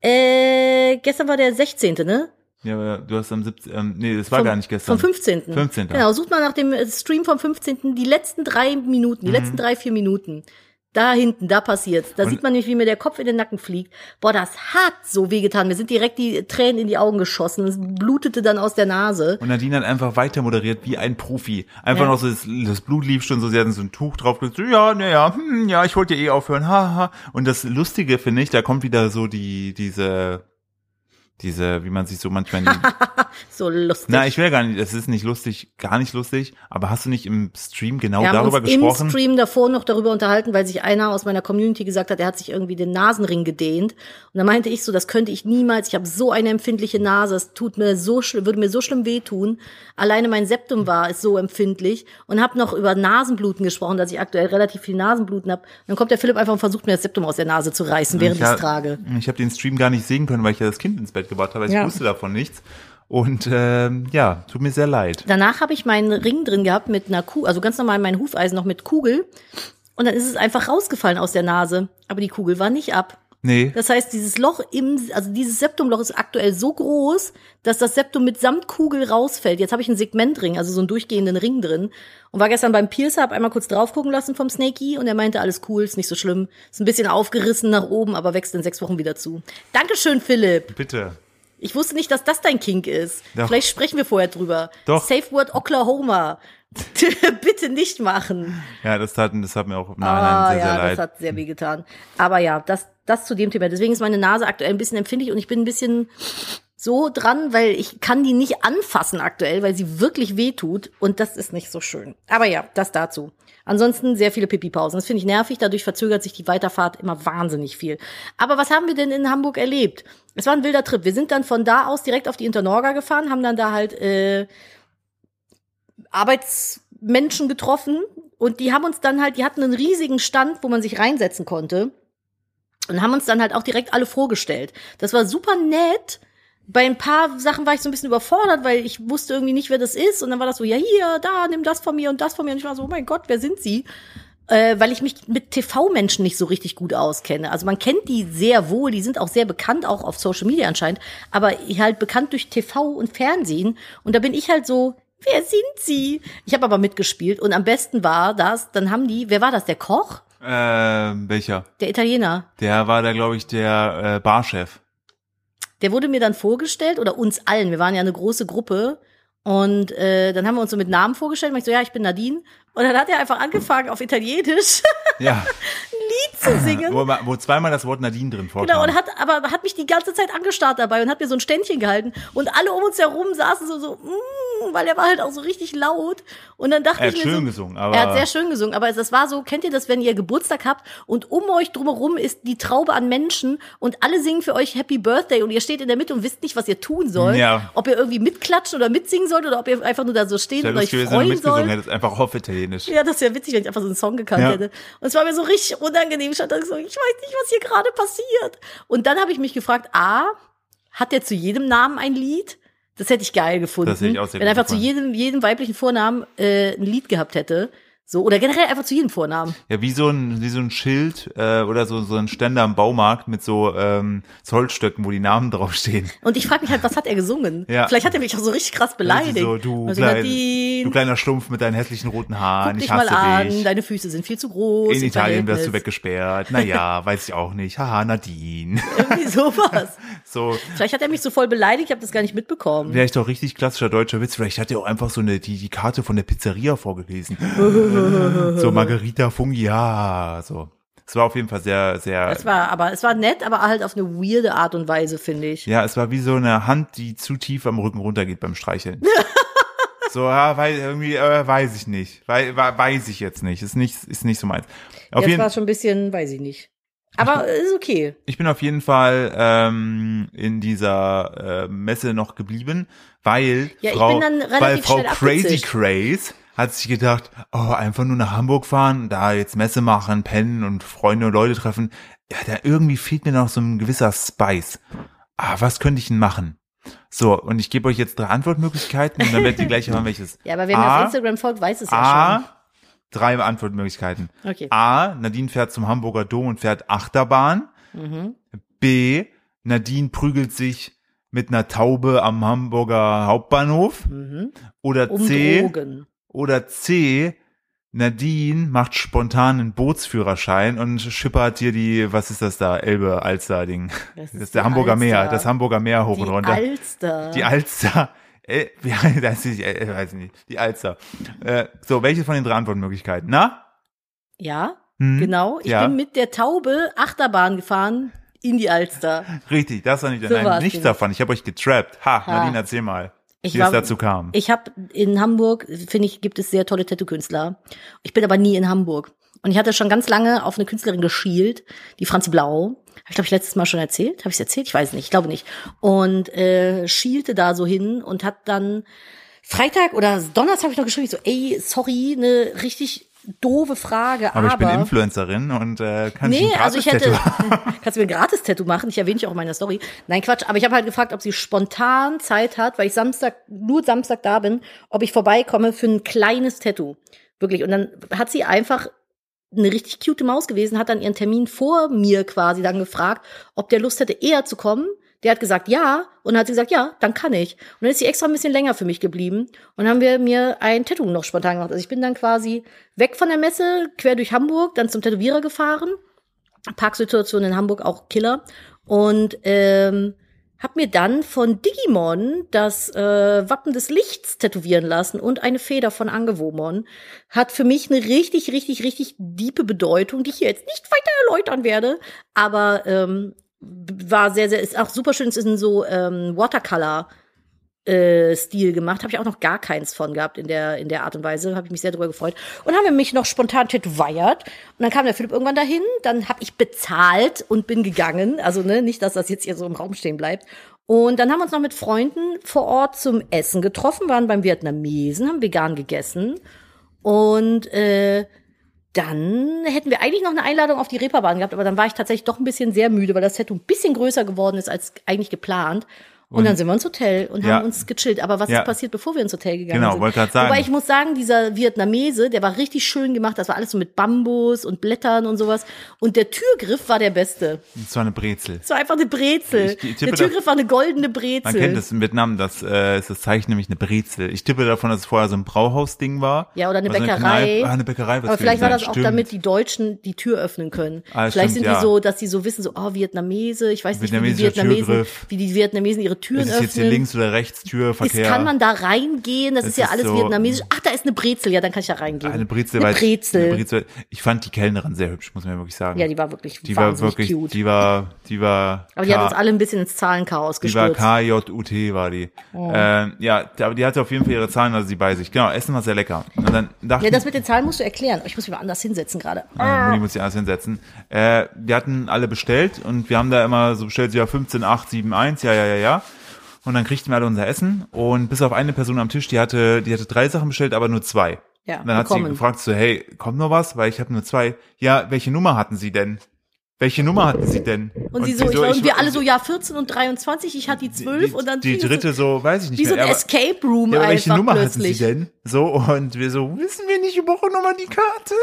S2: äh, gestern war der 16., ne?
S1: ja, aber du hast am 17. Ähm, nee, das war
S2: Vom-
S1: gar nicht gestern.
S2: Vom 15.
S1: 15..
S2: Genau, sucht mal nach dem äh, Stream vom 15. Die letzten drei Minuten, die letzten drei, vier Minuten. Da hinten, da passiert's. Da
S1: Mhm. Und-
S2: sieht man nämlich, wie mir der Kopf in den Nacken fliegt. Boah, das hat so wehgetan. Mir sind direkt die Tränen in die Augen geschossen. Es blutete dann aus der Nase.
S1: Und Nadine hat einfach weiter moderiert wie ein Profi. Einfach
S2: Ja.
S1: noch so, das, das Blut lief schon so, sie hatten so ein Tuch drauf, so, ja, naja, hm, ja, ich wollte ja eh aufhören, haha. Und das Lustige finde ich, da kommt wieder so die, diese, diese, wie man sich so
S2: (laughs)
S1: manchmal,
S2: So lustig.
S1: na, ich will gar nicht, das ist nicht lustig, gar nicht lustig, aber hast du nicht im Stream genau
S2: wir haben
S1: darüber
S2: uns im
S1: gesprochen?
S2: Stream davor noch darüber unterhalten, weil sich einer aus meiner Community gesagt hat, er hat sich irgendwie den Nasenring gedehnt. Und da meinte ich so, das könnte ich niemals. Ich habe so eine empfindliche Nase, es tut mir so schlimm, würde mir so schlimm wehtun. Alleine mein Septum war ist so empfindlich und habe noch über Nasenbluten gesprochen, dass ich aktuell relativ viel Nasenbluten habe. Dann kommt der Philipp einfach und versucht mir das Septum aus der Nase zu reißen, während ich
S1: ich
S2: es
S1: hab-
S2: trage.
S1: Ich habe den Stream gar nicht sehen können, weil ich ja das Kind ins Bett gebracht habe, ich
S2: Ja.
S1: wusste davon nichts. Und ähm, ja, tut mir sehr leid.
S2: Danach habe ich meinen Ring drin gehabt mit einer Kugel, also ganz normal mein Hufeisen noch mit Kugel. Und dann ist es einfach rausgefallen aus der Nase. Aber die Kugel war nicht ab.
S1: Nee,
S2: Das heißt, dieses Loch im, also dieses Septumloch ist aktuell so groß, dass das Septum mitsamt Kugel rausfällt. Jetzt habe ich einen Segmentring, also so einen durchgehenden Ring drin. Und war gestern beim Piercer, habe einmal kurz drauf gucken lassen vom Snakey und er meinte, alles cool, ist nicht so schlimm. Ist ein bisschen aufgerissen nach oben, aber wächst in sechs Wochen wieder zu. Dankeschön, Philipp.
S1: bitte.
S2: Ich wusste nicht, dass das dein Kink ist.
S1: Doch.
S2: Vielleicht sprechen wir vorher drüber.
S1: Doch.
S2: Safe Word Oklahoma. (laughs) Bitte nicht machen.
S1: Ja, das tat, das hat mir auch im Nachhinein
S2: Ah,
S1: sehr, sehr
S2: ja,
S1: leid.
S2: das hat sehr weh getan. Aber ja, das, das zu dem Thema. Deswegen ist meine Nase aktuell ein bisschen empfindlich und ich bin ein bisschen so dran, weil ich kann die nicht anfassen aktuell, weil sie wirklich weh tut und das ist nicht so schön. Aber ja, das dazu. Ansonsten sehr viele Pipi-Pausen. Das finde ich nervig. Dadurch verzögert sich die Weiterfahrt immer wahnsinnig viel. Aber was haben wir denn in Hamburg erlebt? Es war ein wilder Trip. Wir sind dann von da aus direkt auf die Internorga gefahren, haben dann da halt äh, Arbeitsmenschen getroffen und die haben uns dann halt, die hatten einen riesigen Stand, wo man sich reinsetzen konnte und haben uns dann halt auch direkt alle vorgestellt. Das war super nett. Bei ein paar Sachen war ich so ein bisschen überfordert, weil ich wusste irgendwie nicht, wer das ist. Und dann war das so, ja, hier, da, nimm das von mir und das von mir. Und ich war so, oh mein Gott, wer sind sie? Äh, weil ich mich mit TV-Menschen nicht so richtig gut auskenne. Also man kennt die sehr wohl, die sind auch sehr bekannt, auch auf Social Media anscheinend, aber halt bekannt durch TV und Fernsehen. Und da bin ich halt so, wer sind sie? Ich habe aber mitgespielt und am besten war das, dann haben die, wer war das, der Koch?
S1: Ähm, welcher?
S2: Der Italiener.
S1: Der war da, glaube ich, der äh,
S2: (laughs)
S1: Barchef.
S2: Der wurde mir dann vorgestellt oder uns allen. Wir waren ja eine große Gruppe. Und äh, dann haben wir uns so mit Namen vorgestellt. Und ich so, ja, ich bin Nadine. Und dann hat er einfach angefangen auf Italienisch (laughs)
S1: Ja,
S2: ein Lied zu singen.
S1: Wo, wo zweimal das Wort Nadine drin vorkommt.
S2: Genau, und hat, aber hat mich die ganze Zeit angestarrt dabei und hat mir so ein Ständchen gehalten. Und alle um uns herum saßen so, so mm, weil er war halt auch so richtig laut. Und dann dachte
S1: Er
S2: ich
S1: hat
S2: mir
S1: schön
S2: so,
S1: gesungen, aber-
S2: Er hat sehr schön gesungen, aber das war so, kennt ihr das, wenn ihr Geburtstag habt und um euch drumherum ist die Traube an Menschen und alle singen für euch Happy Birthday und ihr steht in der Mitte und wisst nicht, was ihr tun sollt.
S1: Ja.
S2: Ob ihr irgendwie mitklatschen oder mitsingen sollt oder ob ihr einfach nur da so steht
S1: ich wäre
S2: und euch
S1: gewesen, wenn du
S2: freuen
S1: mitgesungen
S2: sollt.
S1: hättest, einfach auf Italienisch.
S2: Ja, das wäre witzig, wenn ich einfach so einen Song gekannt
S1: Ja.
S2: hätte. Und es war mir so richtig unangenehm. Ich stand da so, ich weiß nicht, was hier gerade passiert. Und dann habe ich mich gefragt, A, hat der zu jedem Namen ein Lied? Das hätte ich geil gefunden.
S1: Das hätte ich auch sehr
S2: wenn
S1: gut
S2: einfach zu
S1: gefunden.
S2: jedem, jedem weiblichen Vornamen äh, ein Lied gehabt hätte. So, oder generell einfach zu jedem Vornamen.
S1: Ja, wie so ein, wie so ein Schild äh, oder so, so ein Ständer am Baumarkt mit so ähm, Zollstöcken, wo die Namen draufstehen.
S2: Und ich frage mich halt, was hat er gesungen?
S1: Ja.
S2: Vielleicht hat er mich auch so richtig krass beleidigt.
S1: So, du,
S2: also,
S1: klein,
S2: Nadine,
S1: du kleiner Schlumpf mit deinen hässlichen roten Haaren,
S2: guck dich
S1: ich
S2: mal
S1: hasse
S2: an,
S1: dich.
S2: deine Füße sind viel zu groß.
S1: In
S2: im
S1: Italien wirst du
S2: (laughs) Verhältnis.
S1: weggesperrt.
S2: (laughs)
S1: Naja, weiß ich auch nicht. Haha, Nadine.
S2: Irgendwie sowas.
S1: So,
S2: Vielleicht hat er mich so voll beleidigt, ich habe das gar nicht mitbekommen.
S1: wäre ich doch richtig klassischer deutscher Witz. Vielleicht hat er auch einfach so eine, die, die Karte von der Pizzeria
S2: (laughs)
S1: vorgelesen. so Margarita Fungi, ja, so. Es war auf jeden Fall sehr, sehr,
S2: Es war, aber es war nett, aber halt auf eine weirde Art und Weise, finde ich.
S1: ja, es war wie so eine Hand, die zu tief am Rücken runtergeht beim Streicheln.
S2: (laughs)
S1: so, ja, weil, irgendwie, äh, weiß ich nicht. Wei, wei- weiß ich jetzt nicht. Ist nicht, ist nicht so meins. Auf
S2: Jetzt
S1: jeden,
S2: war schon ein bisschen, weiß ich nicht. Aber ist okay.
S1: ich bin auf jeden Fall ähm, in dieser äh, Messe noch geblieben, weil
S2: Ja, ich
S1: Frau,
S2: bin dann relativ
S1: weil Frau
S2: schnell
S1: Crazy
S2: abgezischt.
S1: Craze hat sich gedacht, oh, einfach nur nach Hamburg fahren, da jetzt Messe machen, pennen und Freunde und Leute treffen. Ja, da irgendwie fehlt mir noch so ein gewisser Spice. Ah, was könnte ich denn machen? So, und ich gebe euch jetzt drei Antwortmöglichkeiten und dann werdet ihr
S2: (laughs)
S1: gleich erfahren, welches.
S2: Ja, aber wer mir
S1: A,
S2: auf Instagram folgt, weiß es
S1: A,
S2: ja
S1: drei Antwortmöglichkeiten.
S2: schon. Okay.
S1: A, Nadine fährt zum Hamburger Dom und fährt Achterbahn.
S2: Mhm.
S1: B. Nadine prügelt sich mit einer Taube am Hamburger Hauptbahnhof.
S2: Mhm.
S1: Oder
S2: Um
S1: C.
S2: Drogen.
S1: Oder C. Nadine macht spontan einen Bootsführerschein und schippert hier die, was ist das da, Elbe, Alster-Ding. Das, ist der
S2: die
S1: Hamburger Meer,
S2: Alster.
S1: das Hamburger Meer hoch und
S2: die
S1: runter.
S2: Alster.
S1: die Alster. Äh, (laughs) ja, das ist, äh, weiß ich nicht. Die Alster. Äh, so, welche von den drei Antwortmöglichkeiten? Na?
S2: ja,
S1: Hm?
S2: genau. Ich
S1: Ja.
S2: bin mit der Taube Achterbahn gefahren in die Alster.
S1: Richtig, das war nicht.
S2: So
S1: Nein,
S2: war's
S1: nichts
S2: genau.
S1: davon. Ich habe euch getrappt. Ha,
S2: Ha.
S1: Nadine, erzähl mal,
S2: Ich
S1: wie
S2: war-
S1: es dazu kam.
S2: Ich habe in Hamburg, finde ich, gibt es sehr tolle Tattoo-Künstler. Ich bin aber nie in Hamburg. Und ich hatte schon ganz lange auf eine Künstlerin geschielt, die Franzi Blau. Hab ich glaube ich letztes Mal schon erzählt. Habe ich erzählt? Ich weiß nicht, ich glaube nicht. Und äh, schielte da so hin und hat dann Freitag oder Donnerstag habe ich noch geschrieben, ich so, ey, sorry, eine richtig doofe Frage.
S1: Aber
S2: Aber,
S1: ich bin Influencerin und äh, kann ich
S2: Nee,
S1: ein
S2: also
S1: also
S2: ich hätte. (laughs) Kannst du mir ein Gratis-Tattoo machen? Ich erwähne dich auch in meiner Story. Nein, Quatsch. Aber ich habe halt gefragt, ob sie spontan Zeit hat, weil ich Samstag, nur Samstag da bin, ob ich vorbeikomme für ein kleines Tattoo. Wirklich. Und dann hat sie einfach eine richtig cute Maus gewesen, hat dann ihren Termin vor mir quasi dann gefragt, ob der Lust hätte, eher zu kommen. Der hat gesagt, ja. Und dann hat sie gesagt, ja, dann kann ich. Und dann ist sie extra ein bisschen länger für mich geblieben. Und dann haben wir mir ein Tattoo noch spontan gemacht. Also ich bin dann quasi weg von der Messe, quer durch Hamburg, dann zum Tätowierer gefahren. Parksituation in Hamburg auch Killer. Und ähm, hab mir dann von Digimon das äh, Wappen des Lichts tätowieren lassen und eine Feder von Angewomon. Hat für mich eine richtig, richtig, richtig diepe Bedeutung, die ich hier jetzt nicht weiter erläutern werde, aber ähm, b- war sehr, sehr, ist auch super schön. Es ist in so ähm, Watercolor. äh, Stil gemacht, habe ich auch noch gar keins von gehabt in der in der Art und Weise, habe ich mich sehr darüber gefreut und haben wir mich noch spontan tätowiert und dann kam der Philipp irgendwann dahin, dann habe ich bezahlt und bin gegangen, also ne, nicht, dass das jetzt hier so im Raum stehen bleibt und dann haben wir uns noch mit Freunden vor Ort zum Essen getroffen, waren beim Vietnamesen, haben vegan gegessen und äh, dann hätten wir eigentlich noch eine Einladung auf die Reeperbahn gehabt, aber dann war ich tatsächlich doch ein bisschen sehr müde, weil das Tattoo ein bisschen größer geworden ist als eigentlich geplant. Und,
S1: Und-
S2: dann sind wir ins Hotel und
S1: Ja.
S2: haben uns gechillt. Aber was
S1: Ja.
S2: ist passiert, bevor wir ins Hotel gegangen
S1: Genau,
S2: sind?
S1: wollte grad sagen.
S2: Wobei ich muss sagen, dieser Vietnamese, der war richtig schön gemacht. Das war alles so mit Bambus und Blättern und sowas. Und der Türgriff war der beste.
S1: Das war eine Brezel.
S2: Es war einfach eine Brezel.
S1: Ich tippe,
S2: der
S1: dass-
S2: Türgriff war eine goldene Brezel.
S1: Man kennt das in Vietnam, das äh, ist das Zeichen nämlich eine Brezel. Ich tippe davon, dass es vorher so ein Brauhausding war.
S2: Ja, oder eine
S1: so
S2: Bäckerei.
S1: Kneipe- ah, eine Bäckerei. wird's
S2: Aber vielleicht
S1: gewesen
S2: war
S1: sein,
S2: das auch
S1: stimmt.
S2: damit die Deutschen die Tür öffnen können.
S1: Ah,
S2: vielleicht
S1: stimmt,
S2: sind die
S1: ja.
S2: so, dass die so wissen, so, oh, Vietnamese, ich weiß nicht, wie die
S1: Vietnamesischer
S2: Vietnamesen,
S1: Türgriff.
S2: wie die Vietnamesen ihre Türen
S1: Ist es jetzt hier
S2: öffnen.
S1: links oder rechts, Tür,
S2: Ist,
S1: Verkehr?
S2: kann man da reingehen? Das,
S1: Es
S2: ist ja
S1: ist
S2: alles
S1: so- Ah,
S2: vietnamesisch. Ach, da ist eine Brezel. Ja, dann kann ich da reingehen.
S1: eine Brezel, weil-
S2: Eine Brezel.
S1: eine Brezel. Ich fand die Kellnerin sehr hübsch, muss man wirklich sagen.
S2: Ja, die war wirklich
S1: die war
S2: wahnsinnig
S1: wirklich,
S2: cute.
S1: die war, die war,
S2: Aber die hat
S1: K-
S2: uns alle ein bisschen ins Zahlenchaos
S1: die war
S2: gestürzt. Oh.
S1: KJUT, war die. Ähm, ja, die- aber die hatte auf jeden Fall ihre Zahlen, also sie bei sich. Genau, Essen war sehr lecker. Und dann dachte
S2: Ja,
S1: ich,
S2: das mit den Zahlen musst du erklären. Ich muss mich mal anders hinsetzen gerade.
S1: äh, Mutti muss sich alles hinsetzen. Äh, wir hatten alle bestellt und wir haben da immer so bestellt, ja, 15, 8, 7, 1, ja, ja, ja, ja. Und dann kriegten wir alle unser Essen und bis auf eine Person am Tisch, die hatte, die hatte drei Sachen bestellt, aber nur zwei.
S2: Ja,
S1: und dann hat sie
S2: bekommen.
S1: gefragt, so, hey, kommt noch was? Weil ich habe nur zwei. Ja, welche Nummer hatten sie denn? Welche Nummer hatten sie denn?
S2: Und, sie so, ich, und wir alle so, ja, 14 und 23, ich hatte die 12
S1: die,
S2: und dann
S1: Die
S2: fing es
S1: dritte so, weiß ich nicht
S2: Wie so ein
S1: mehr. aber-
S2: Escape Room
S1: ja, aber welche
S2: einfach
S1: Nummer
S2: plötzlich.
S1: hatten sie denn? So, und wir so, wissen wir nicht, über welche Nummer die
S2: (laughs)
S1: Karte?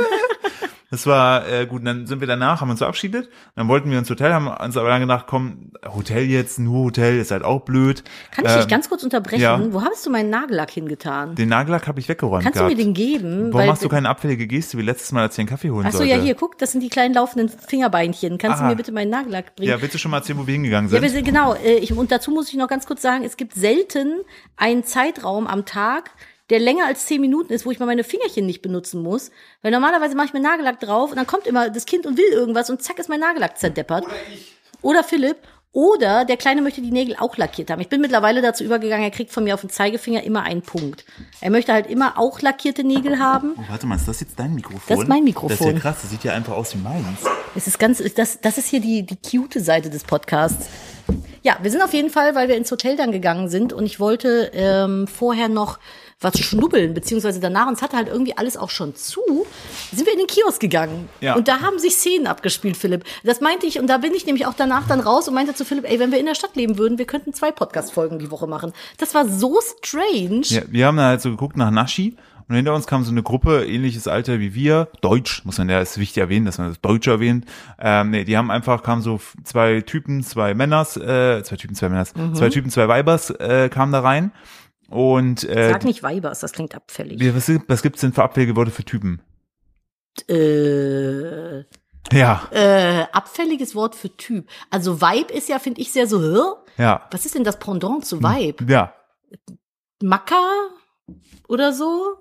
S1: das war äh, gut, und dann sind wir danach, haben uns verabschiedet, und dann wollten wir ins Hotel, haben uns aber dann gedacht, komm, Hotel jetzt, nur Hotel, ist halt auch blöd.
S2: Kann ich dich
S1: Ähm,
S2: ganz kurz unterbrechen?
S1: ja.
S2: Wo hast du meinen Nagellack hingetan?
S1: Den Nagellack habe ich weggeräumt
S2: Kannst
S1: gehabt.
S2: du mir den geben?
S1: Warum machst du keine abfällige Geste wie letztes Mal, als ich einen Kaffee holen
S2: Achso,
S1: sollte?
S2: ja, hier, guck, das sind die kleinen laufenden Fingerbeinchen. Kannst
S1: Ah.
S2: du mir bitte meinen Nagellack bringen?
S1: Ja, willst du schon mal erzählen, wo wir hingegangen sind?
S2: Ja, wir sind genau. äh, Ich, und dazu muss ich noch ganz kurz sagen, es gibt selten einen Zeitraum am Tag, der länger als zehn Minuten ist, wo ich mal meine Fingerchen nicht benutzen muss. Weil normalerweise mache ich mir Nagellack drauf und dann kommt immer das Kind und will irgendwas und zack ist mein Nagellack zerdeppert. Oder ich. Oder Philipp. Oder der Kleine möchte die Nägel auch lackiert haben. Ich bin mittlerweile dazu übergegangen, er kriegt von mir auf den Zeigefinger immer einen Punkt. Er möchte halt immer auch lackierte Nägel haben.
S1: Oh, warte mal, ist das jetzt dein Mikrofon?
S2: Das ist mein Mikrofon.
S1: Das ist ja krass, das sieht ja einfach aus wie meins.
S2: Es ist ganz, das, das ist hier die, die cute Seite des Podcasts. Ja, wir sind auf jeden Fall, weil wir ins Hotel dann gegangen sind und ich wollte ähm, vorher noch was schnubbeln, beziehungsweise danach, und es hatte halt irgendwie alles auch schon zu, sind wir in den Kiosk gegangen.
S1: Ja.
S2: Und da haben sich Szenen abgespielt, Philipp. Das meinte ich, und da bin ich nämlich auch danach dann raus und meinte zu Philipp, ey, wenn wir in der Stadt leben würden, wir könnten zwei Podcast-Folgen die Woche machen. Das war so strange.
S1: Ja, wir haben dann halt so geguckt nach Naschi und hinter uns kam so eine Gruppe, ähnliches Alter wie wir, Deutsch, muss man ja, ist wichtig erwähnen, dass man das Deutsch erwähnt. Ähm, nee, die haben einfach, kamen so f- zwei Typen, zwei Männers, äh, zwei Typen, zwei Männers,
S2: Mhm.
S1: zwei Typen, zwei Weibers äh, kamen da rein und äh,
S2: Sag nicht Weibers, das klingt abfällig.
S1: die- was, gibt- was gibt's denn für abfällige Worte für Typen?
S2: Äh,
S1: Ja,
S2: äh, abfälliges Wort für Typ. Also Vibe ist ja, finde ich, sehr so, hä?
S1: ja,
S2: was ist denn das Pendant
S1: Hm.
S2: zu Vibe?
S1: ja.
S2: Macker oder so?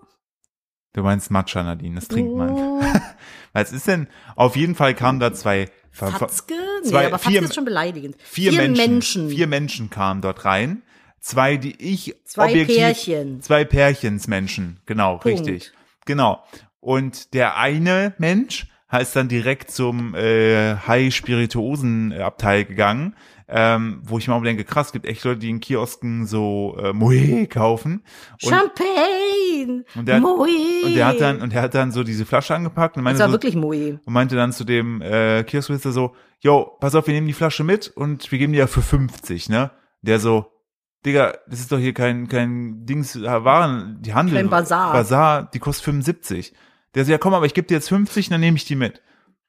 S1: Du meinst Matcha, Nadine, das trinkt man. (laughs)
S2: Oh,
S1: Was ist denn? Auf jeden Fall kamen da zwei ver- ver-
S2: Fatzke? Nee,
S1: Zwei-
S2: aber Fatzke
S1: vier-
S2: ist schon beleidigend.
S1: vier, Menschen, Vier Menschen kamen dort rein. Zwei, die ich
S2: Zwei
S1: objektiv,
S2: Pärchen.
S1: Zwei Pärchensmenschen, genau,
S2: Punkt.
S1: richtig. Genau. Und der eine Mensch ist dann direkt zum äh, High-Spirituosen-Abteil gegangen, ähm, wo ich mir auch denke, krass, es gibt echt Leute, die in Kiosken so äh, Moe kaufen. Und,
S2: Champagne!
S1: und, der, hat-
S2: Moe!
S1: und der hat dann und der hat dann so diese Flasche angepackt und meinte
S2: das war
S1: so,
S2: wirklich Moe.
S1: und meinte dann zu dem äh, Kioskbesitzer so, yo, pass auf, wir nehmen die Flasche mit und wir geben die ja für 50, ne? Der so, Digga, das ist doch hier kein, kein Dings, äh, Waren, die Handel.
S2: Kein Bazar.
S1: Bazar, die kostet 75. Der so, ja komm, aber ich gebe dir jetzt 50, dann nehme ich die mit.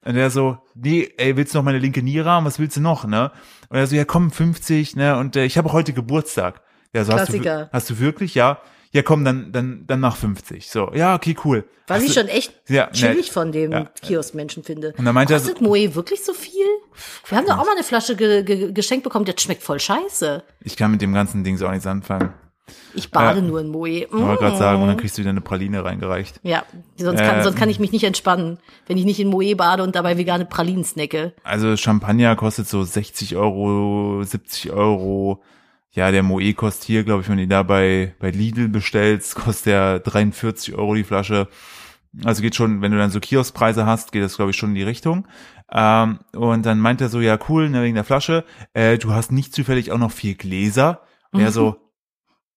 S1: Und der so, nee, ey, willst du noch meine linke Niere haben? Was willst du noch, ne? Und er so, ja komm, 50, ne? Und äh, ich habe auch heute Geburtstag. Ja, so,
S2: Klassiker.
S1: Hast du, wir- hast du wirklich, ja? Ja komm, dann, dann, dann mach 50. So, ja, okay, cool.
S2: Was
S1: Hast
S2: ich
S1: du-
S2: schon echt
S1: Ja, ne.
S2: chillig von dem
S1: Ja.
S2: Kioskmenschen finde.
S1: Und dann meinte er so-
S2: Kostet Moe wirklich so viel? Wir haben doch auch mal eine Flasche ge ge geschenkt bekommen, das schmeckt voll scheiße.
S1: Ich kann mit dem ganzen Dings auch nichts anfangen.
S2: Ich bade
S1: Ja.
S2: nur in Moe.
S1: Ich
S2: Mm.
S1: wollte gerade sagen, und dann kriegst du wieder eine Praline reingereicht.
S2: Ja, sonst kann,
S1: Ähm.
S2: sonst kann ich mich nicht entspannen, wenn ich nicht in Moe bade und dabei vegane Pralinen snacke.
S1: Also Champagner kostet so 60 Euro, 70 Euro. Ja, der Moe kostet hier, glaube ich, wenn du ihn da bei, bei Lidl bestellst, (laughs) kostet der 43 Euro die Flasche. Also geht schon, wenn du dann so Kioskpreise hast, geht das, glaube ich, schon in die Richtung. Ähm, und dann meint er so, ja, cool, ne, wegen der Flasche. Äh, du hast nicht zufällig auch noch vier Gläser? Und er
S2: Mhm.
S1: so,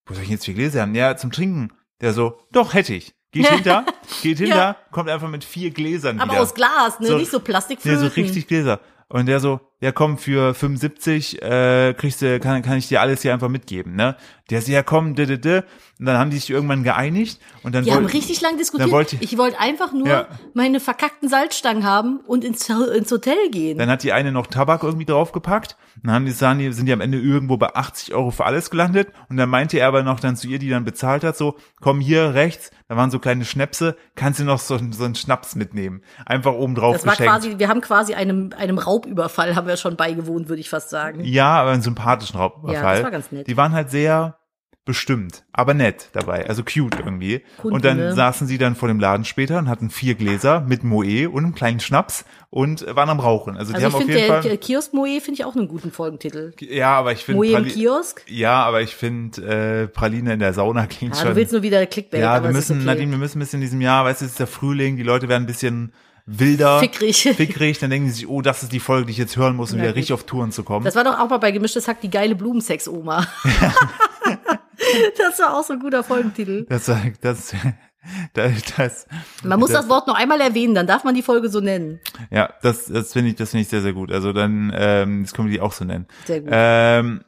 S1: wo soll ich jetzt vier Gläser haben? Ja, zum Trinken. Der so, doch, hätte ich.
S2: (laughs)
S1: Geht hinter, geht hinter,
S2: Ja.
S1: kommt einfach mit vier Gläsern
S2: Aber
S1: wieder.
S2: aus Glas, ne?
S1: So-
S2: nicht so
S1: Nee,
S2: Plastikflöten.
S1: so richtig Gläser. Und der so, ja komm, für 75 äh, kriegst du, kann, kann ich dir alles hier einfach mitgeben, ne? Der so, ja komm, d, d, d. Und dann haben die sich irgendwann geeinigt und dann
S2: Wir haben
S1: woll-
S2: richtig lang
S1: Dann
S2: diskutiert.
S1: wollte-
S2: ich wollte einfach nur
S1: Ja.
S2: meine verkackten Salzstangen haben und ins, ins Hotel gehen.
S1: dann hat die eine noch Tabak irgendwie draufgepackt. Dann haben die, sahen die, sind die am Ende irgendwo bei 80 Euro für alles gelandet. Und dann meinte er aber noch dann zu ihr, die dann bezahlt hat, so, komm hier rechts, da waren so kleine Schnäpse, kannst du noch so, so einen Schnaps mitnehmen. Einfach oben drauf
S2: das war
S1: geschenkt.
S2: quasi, wir haben quasi einem, einem Raubüberfall haben wir wir schon beigewohnt, würde ich fast sagen.
S1: Ja, aber einen sympathischen Raubüberfall.
S2: Ja, das war ganz nett.
S1: Die waren halt sehr bestimmt, aber nett dabei, also cute irgendwie.
S2: Kunden,
S1: und dann
S2: ne?
S1: saßen sie dann vor dem Laden später und hatten vier Gläser mit Moe und einem kleinen Schnaps und waren am Rauchen. Also, die
S2: Also
S1: haben
S2: ich
S1: auf
S2: finde,
S1: jeden
S2: der
S1: Fall.
S2: Kiosk Moe finde ich auch einen guten Folgentitel.
S1: Ja, aber ich
S2: Moe
S1: finde.
S2: im
S1: Prali-
S2: Kiosk?
S1: Ja, aber ich finde äh, Praline in der Sauna klingt
S2: Ja,
S1: schon.
S2: du willst nur wieder Clickbait,
S1: ja,
S2: aber
S1: wir
S2: es
S1: müssen,
S2: ist okay.
S1: Nadine, wir müssen ein bisschen in diesem Jahr, weißt du, es ist der Frühling, die Leute werden ein bisschen wilder,
S2: Fickrig.
S1: fickrig, dann denken sie sich, oh, das ist die Folge, die ich jetzt hören muss, um
S2: Na
S1: wieder
S2: gut.
S1: richtig auf Touren zu kommen.
S2: Das war doch auch mal bei Gemischtes Hack die geile
S1: (laughs)
S2: Blumensex-Oma. das war auch so ein guter Folgentitel.
S1: Das, das, (laughs) das, das
S2: Man muss
S1: das,
S2: das Wort noch einmal erwähnen, dann darf man die Folge so nennen.
S1: ja, das, das finde ich, das finde ich sehr, sehr gut. Also dann, ähm, das können wir die auch so nennen.
S2: Sehr gut.
S1: Ähm,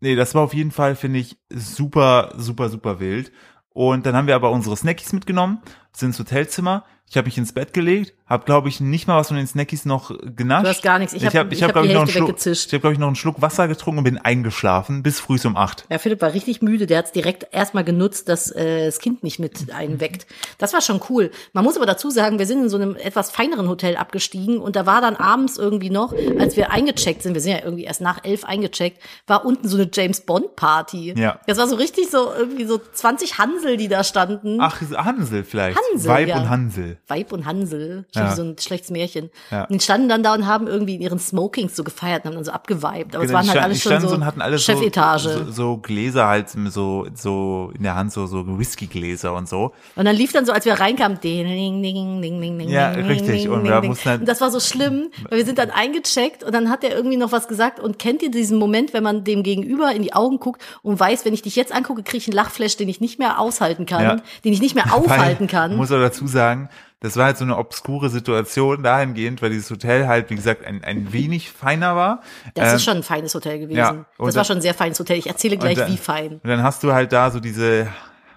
S1: nee, das war auf jeden Fall, finde ich, super, super, super wild. Und dann haben wir aber unsere Snackies mitgenommen, sind ins Hotelzimmer. Ich habe mich ins Bett gelegt, habe, glaube ich, nicht mal was von den Snackies noch genascht.
S2: Du hast gar nichts. Ich hab- ich hab
S1: glaub
S2: die
S1: noch einen
S2: Hälfte
S1: Schluck,
S2: weggezischt.
S1: Ich habe, glaube ich, noch einen Schluck Wasser getrunken und bin eingeschlafen bis früh um acht.
S2: Ja, Philipp war richtig müde. Der hat es direkt erstmal genutzt, dass äh, das Kind nicht mit einweckt. Das war schon cool. Man muss aber dazu sagen, wir sind in so einem etwas feineren Hotel abgestiegen und da war dann abends irgendwie noch, als wir eingecheckt sind, wir sind ja irgendwie erst nach elf eingecheckt, war unten so eine James Bond Party.
S1: Ja.
S2: Das war so richtig so irgendwie so 20 Hansel, die da standen.
S1: Ach, Hansel vielleicht.
S2: Hansel,
S1: Weib
S2: ja.
S1: und Hansel.
S2: Weib und Hansel, schon
S1: Ja.
S2: wie so ein schlechtes Märchen.
S1: Ja.
S2: Und die standen dann da und haben irgendwie in ihren Smokings so gefeiert und haben dann so abgeweibt. Aber es
S1: Genau,
S2: waren
S1: die
S2: halt
S1: sta-
S2: alles
S1: die
S2: schon
S1: standen
S2: so,
S1: und hatten alle so-
S2: Chefetage.
S1: So, so Gläser halt, so, so in der Hand, so, so Whiskygläser und so.
S2: Und dann lief dann so, als wir reinkamen, ding, ding, ding, ding, ding, ding,
S1: Ja,
S2: ding,
S1: richtig.
S2: ding,
S1: Und
S2: ding,
S1: wir
S2: ding.
S1: mussten halt-
S2: und das war so schlimm, weil wir sind dann eingecheckt und dann hat er irgendwie noch was gesagt. Und kennt ihr diesen Moment, wenn man dem Gegenüber in die Augen guckt und weiß, wenn ich dich jetzt angucke, kriege ich einen Lachflash, den ich nicht mehr aushalten kann,
S1: Ja.
S2: den ich nicht mehr
S1: (laughs) Weil,
S2: aufhalten kann.
S1: Muss aber dazu sagen, das war halt so eine obskure Situation dahingehend, weil dieses Hotel halt, wie gesagt, ein, ein wenig feiner war.
S2: das
S1: Ähm,
S2: ist schon ein feines Hotel gewesen.
S1: ja. Und
S2: das war
S1: dann-
S2: schon ein sehr feines Hotel. Ich erzähle
S1: und
S2: gleich,
S1: dann-
S2: wie fein.
S1: Und dann hast du halt da so diese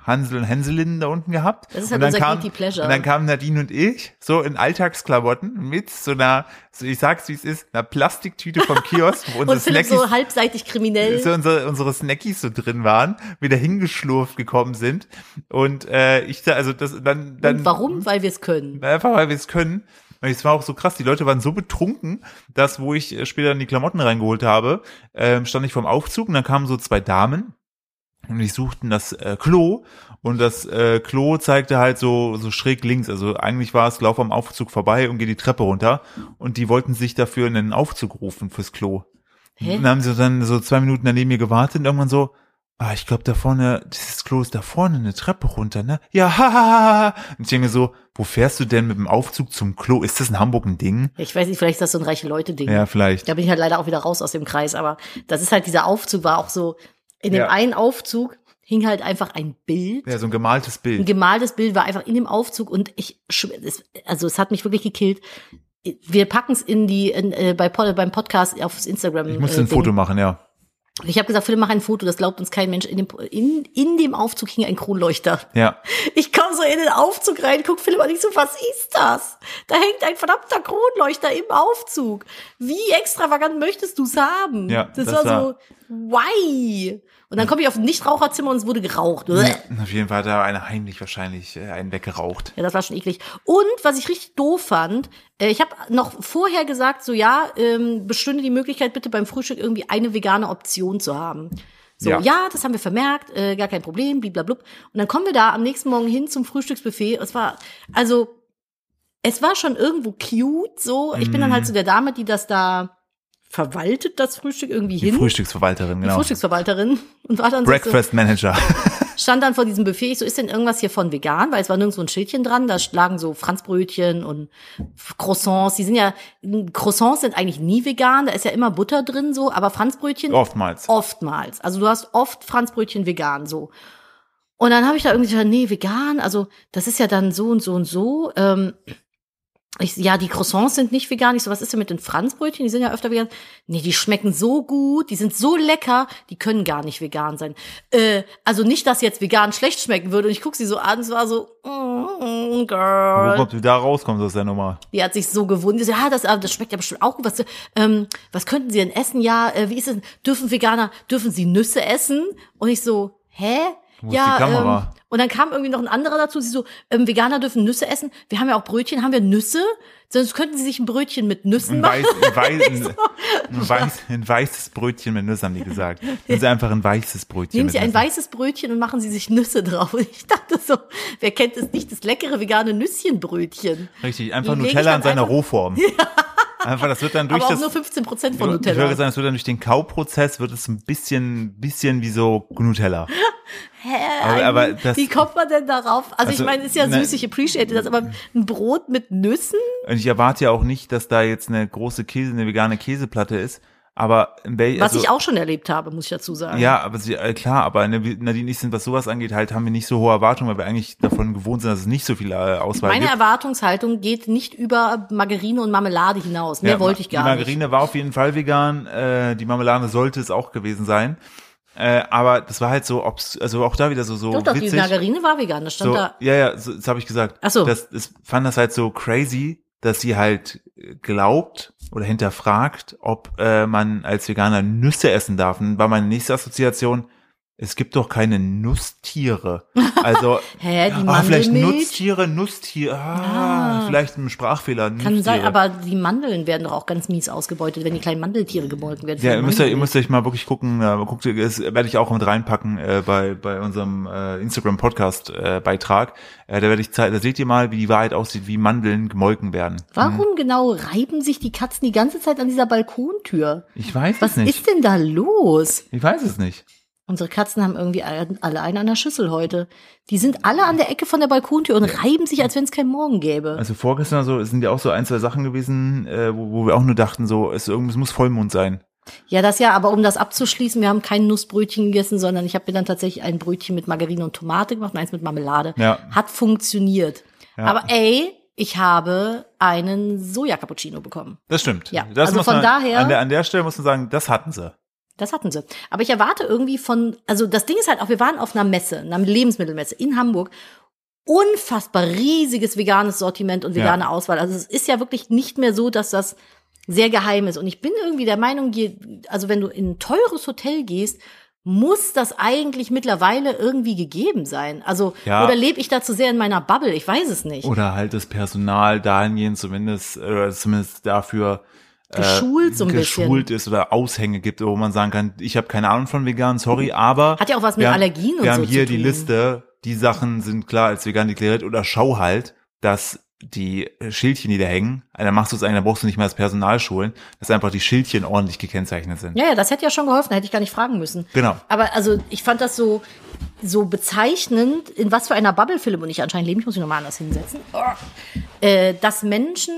S1: Hansel und Hänselinnen da unten gehabt.
S2: Das ist
S1: und
S2: halt
S1: dann
S2: unser
S1: kam,
S2: Guilty Pleasure.
S1: Und dann kamen Nadine und ich, so in Alltagsklamotten, mit so einer, so ich sag's wie es ist, einer Plastiktüte vom Kiosk, wo unsere
S2: (laughs) Und Philipp
S1: Snackies
S2: so halbseitig kriminell.
S1: so unsere, unsere Snackies so drin waren, wieder hingeschlurft gekommen sind. Und äh, ich da, also das dann, dann
S2: und warum? Weil wir es können.
S1: einfach weil wir es können. Und es war auch so krass, die Leute waren so betrunken, dass wo ich äh, später dann die Klamotten reingeholt habe, ähm, stand ich vorm Aufzug und dann kamen so zwei Damen und die suchten das äh, Klo und das äh, Klo zeigte halt so so schräg links, also eigentlich war es lauf am Aufzug vorbei und geh die Treppe runter und die wollten sich dafür in den Aufzug rufen fürs Klo.
S2: Hä?
S1: Und dann haben sie dann so zwei Minuten daneben mir gewartet und irgendwann so, ah, ich glaube da vorne, dieses Klo ist da vorne eine Treppe runter, ne? Ja, (laughs) ha, ha, ha, ha. Und ich denke mir so, wo fährst du denn mit dem Aufzug zum Klo? Ist das in Hamburg ein Ding?
S2: Ich weiß nicht, vielleicht ist das so ein reiche Leute-Ding.
S1: Ja, vielleicht.
S2: Da bin ich halt leider auch wieder raus aus dem Kreis, aber das ist halt dieser Aufzug war auch so, in dem
S1: Ja.
S2: einen Aufzug hing halt einfach ein Bild.
S1: Ja, so ein gemaltes
S2: Ein
S1: Bild.
S2: gemaltes Bild war einfach in dem Aufzug und ich, schw- es, also es hat mich wirklich gekillt. Wir packen es in die, in, äh, bei, Pod- beim Podcast aufs Instagram. äh,
S1: Ich musste ein
S2: Ding.
S1: Foto machen, ja.
S2: Ich habe gesagt, Philipp, mach ein Foto, das glaubt uns kein Mensch. In dem, in, in dem Aufzug hing ein Kronleuchter.
S1: Ja.
S2: Ich komme so in den Aufzug rein, guck Philipp an, ich so, was ist das? Da hängt ein verdammter Kronleuchter im Aufzug. Wie extravagant möchtest du's haben?
S1: Ja,
S2: das,
S1: das
S2: war,
S1: war-
S2: so, why? Und dann komme ich auf ein Nichtraucherzimmer und es wurde geraucht.
S1: ja. Auf jeden Fall hat da einer heimlich wahrscheinlich äh, einen weggeraucht.
S2: Ja, das war schon eklig. Und was ich richtig doof fand, äh, ich habe noch vorher gesagt, so ja, ähm, bestünde die Möglichkeit, bitte beim Frühstück irgendwie eine vegane Option zu haben. So,
S1: Ja.
S2: ja, das haben wir vermerkt, äh, gar kein Problem, bliblablub. Und dann kommen wir da am nächsten Morgen hin zum Frühstücksbuffet. Es war, also, es war schon irgendwo cute, so. Ich bin dann
S1: Mhm.
S2: halt zu der Dame, die das da verwaltet, das Frühstück irgendwie
S1: Die
S2: hin.
S1: Frühstücksverwalterin,
S2: Die
S1: genau.
S2: Frühstücksverwalterin. Und war dann so- so,
S1: Breakfast Manager. (laughs)
S2: stand dann vor diesem Buffet, ich so, ist denn irgendwas hier von vegan? Weil es war nirgendwo ein Schildchen dran, da lagen so Franzbrötchen und Croissants, die sind ja, Croissants sind eigentlich nie vegan, da ist ja immer Butter drin so, aber Franzbrötchen
S1: Oftmals.
S2: oftmals. Also du hast oft Franzbrötchen vegan so. Und dann habe ich da irgendwie gesagt, nee, vegan, also das ist ja dann so und so und so. Ähm, ich, ja, die Croissants sind nicht vegan. Ich so, was ist denn mit den Franzbrötchen? Die sind ja öfter vegan. Nee, die schmecken so gut, die sind so lecker, die können gar nicht vegan sein. Äh, also nicht, dass jetzt vegan schlecht schmecken würde. Und ich guck sie so an, es war so, mm, mm, girl.
S1: Guck, ob du da rauskommst aus der Nummer.
S2: Die hat sich so gewundert. Die so, Ja, das, ah, das schmeckt ja bestimmt auch gut. Was, ähm, was könnten Sie denn essen? Ja, äh, wie ist es? Dürfen Veganer, dürfen Sie Nüsse essen? Und ich so, hä?
S1: Wo ist
S2: ja,
S1: die Kamera?
S2: Ähm, Und dann kam irgendwie noch ein anderer dazu, sie so, ähm, Veganer dürfen Nüsse essen. Wir haben ja auch Brötchen, haben wir Nüsse? Sonst könnten sie sich ein Brötchen mit Nüssen (laughs)
S1: Ein,
S2: machen.
S1: weiß, ein, weiß, ein, ein, weiß, ein weißes Brötchen mit Nüssen, haben die
S2: (laughs)
S1: gesagt. Nehmen Sie einfach ein weißes Brötchen
S2: Nehmen
S1: mit
S2: Sie ein
S1: Nüssen.
S2: weißes Brötchen und machen Sie sich Nüsse drauf. Und ich dachte so, wer kennt es nicht, das leckere vegane Nüsschenbrötchen.
S1: Richtig, einfach
S2: Lege ich
S1: Nutella in
S2: dann
S1: seiner
S2: einfach- (laughs)
S1: Rohform. Einfach, das wird dann durch
S2: Aber auch
S1: das...
S2: nur 15 Prozent von
S1: Ich würde
S2: Nutella.
S1: sagen, das wird dann durch den Kauprozess wird es ein bisschen, bisschen wie so Nutella.
S2: Hä?
S1: Aber-
S2: ein-
S1: Also, aber das-
S2: wie kommt man denn darauf? Also,
S1: Also,
S2: ich meine, ist ja
S1: ne-
S2: süß, ich appreciate das, aber ein Brot mit Nüssen?
S1: Und ich erwarte ja auch nicht, dass da jetzt eine große Käse, eine vegane Käseplatte ist. Aber in Bel
S2: Was
S1: also,
S2: ich auch schon erlebt habe, muss ich dazu sagen.
S1: Ja, aber sie, äh, klar, aber ne, wir- Nadine und ich sind, was sowas angeht, halt haben wir nicht so hohe Erwartungen, weil wir eigentlich davon gewohnt sind, dass es nicht so viel äh, Auswahl
S2: Meine
S1: gibt.
S2: Erwartungshaltung geht nicht über Margarine und Marmelade hinaus. Mehr
S1: Ja,
S2: wollte ich gar
S1: Die
S2: nicht.
S1: Margarine war auf jeden Fall vegan, äh, die Marmelade sollte es auch gewesen sein. Äh, aber das war halt so, obs also auch da wieder so, so
S2: Doch, doch, die
S1: witzig.
S2: Margarine war vegan, das stand
S1: so,
S2: da.
S1: Ja, ja, so, das habe ich gesagt.
S2: Ach so.
S1: Das, das fand das halt so crazy, dass sie halt glaubt oder hinterfragt, ob äh, man als Veganer Nüsse essen darf. Und war meine nächste Assoziation, es gibt doch keine
S2: (laughs)
S1: Nusstiere. Also,
S2: Hä, die
S1: ah, vielleicht
S2: Mandelmilch?
S1: Nutztiere, Nusstiere, ah,
S2: Ah.
S1: vielleicht ein Sprachfehler,
S2: Kann
S1: Nusstiere.
S2: sein, aber die Mandeln werden doch auch ganz mies ausgebeutet, wenn die kleinen Mandeltiere gemolken werden.
S1: ja,
S2: Für
S1: ihr
S2: die
S1: müsst, ja- ihr
S2: Mandelmilch.
S1: müsst euch mal wirklich gucken, äh, guckt, das werde ich auch mit reinpacken äh, bei, bei unserem äh, Instagram-Podcast-Beitrag. Äh, da werde ich zei- da seht ihr mal, wie die Wahrheit aussieht, wie Mandeln gemolken werden.
S2: Warum genau reiben sich die Katzen die ganze Zeit an dieser Balkontür?
S1: Ich weiß
S2: Was
S1: es nicht.
S2: ist denn da los?
S1: Ich weiß es nicht.
S2: Unsere Katzen haben irgendwie alle alle einen an der Schüssel heute. Die sind alle an der Ecke von der Balkontür und reiben sich, als wenn es keinen Morgen gäbe.
S1: Also vorgestern so sind ja auch so ein, zwei Sachen gewesen, äh, wo, wo wir auch nur dachten, so, es, irgendwie- es muss Vollmond sein.
S2: Ja, das ja, aber um das abzuschließen, wir haben kein Nussbrötchen gegessen, sondern ich habe mir dann tatsächlich ein Brötchen mit Margarine und Tomate gemacht und eins mit Marmelade.
S1: Ja.
S2: Hat funktioniert.
S1: Ja.
S2: Aber ey, ich habe einen Soja-Cappuccino bekommen.
S1: Das stimmt.
S2: Ja,
S1: das
S2: also
S1: muss
S2: von
S1: man,
S2: daher-
S1: An der, an der Stelle muss man sagen, das hatten sie.
S2: Das hatten sie. Aber ich erwarte irgendwie von, also das Ding ist halt auch, wir waren auf einer Messe, einer Lebensmittelmesse in Hamburg. Unfassbar riesiges veganes Sortiment und vegane Auswahl. Also es ist ja wirklich nicht mehr so, dass das sehr geheim ist. Und ich bin irgendwie der Meinung, je, also wenn du in ein teures Hotel gehst, muss das eigentlich mittlerweile irgendwie gegeben sein. Also,
S1: Ja.
S2: oder lebe ich da zu sehr in meiner Bubble? Ich weiß es nicht.
S1: Oder halt das Personal dahingehend zumindest, äh, zumindest dafür äh,
S2: Geschult so ein
S1: geschult ist oder Aushänge gibt, wo man sagen kann, ich habe keine Ahnung von vegan, sorry, aber
S2: Mhm. Hat ja auch was mit
S1: wir haben-
S2: Allergien und
S1: Wir
S2: so
S1: haben hier
S2: zu
S1: die
S2: tun.
S1: Liste, die Sachen sind klar als vegan deklariert oder schau halt, dass die Schildchen, die da hängen, dann machst du es ein, dann brauchst du nicht mehr das Personal schulen, dass einfach die Schildchen ordentlich gekennzeichnet sind.
S2: Ja, ja, das hätte ja schon geholfen, hätte ich gar nicht fragen müssen.
S1: Genau.
S2: Aber also ich fand das so, so bezeichnend, in was für einer Bubble Philipp und ich anscheinend leben. Ich muss mich nochmal anders hinsetzen. Oh. Äh, dass Menschen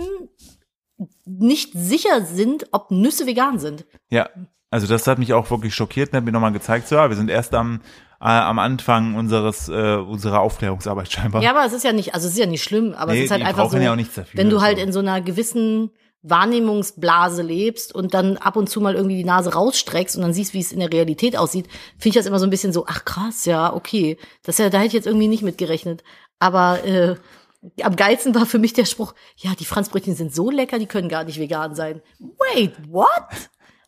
S2: nicht sicher sind, ob Nüsse vegan sind.
S1: Ja, also das hat mich auch wirklich schockiert und hat mir nochmal gezeigt, so, ja, wir sind erst am, äh, am Anfang unseres, äh, unserer Aufklärungsarbeit scheinbar.
S2: Ja, aber es ist ja nicht, also es ist ja nicht schlimm, aber
S1: Nee,
S2: es ist halt
S1: die
S2: einfach
S1: brauchen
S2: so,
S1: ja auch nichts dafür, also.
S2: wenn du halt
S1: so.
S2: in so einer gewissen Wahrnehmungsblase lebst und dann ab und zu mal irgendwie die Nase rausstreckst und dann siehst, wie es in der Realität aussieht, finde ich das immer so ein bisschen so, ach krass, ja, okay. Das ja, da hätte ich jetzt irgendwie nicht mit gerechnet. Aber äh, am geilsten war für mich der Spruch, ja, die Franzbrötchen sind so lecker, die können gar nicht vegan sein. Wait, what?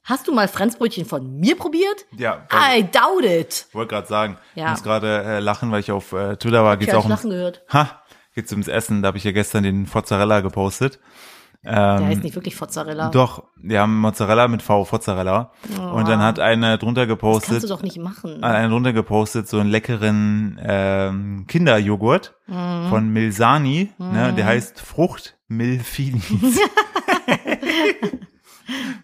S2: Hast du mal Franzbrötchen von mir probiert?
S1: Ja, weil-
S2: I doubt it.
S1: Ich wollte gerade sagen,
S2: Ja.
S1: ich muss gerade äh, lachen, weil ich auf äh, Twitter war, geht's
S2: Ich hab
S1: auch ums,
S2: Lachen gehört.
S1: ha, geht's ums Essen, da habe ich ja gestern den Fozzarella gepostet. Ähm,
S2: Der heißt nicht wirklich Fozzarella.
S1: Doch, wir haben Mozzarella mit V, Fozzarella. Und dann hat eine drunter
S2: Oh. Das kannst du
S1: gepostet,
S2: doch nicht machen.
S1: hat eine drunter gepostet, so einen leckeren ähm, Kinderjoghurt
S2: Mhm.
S1: von Milsani, ne, der heißt Frucht
S2: (laughs)
S1: Milfinis.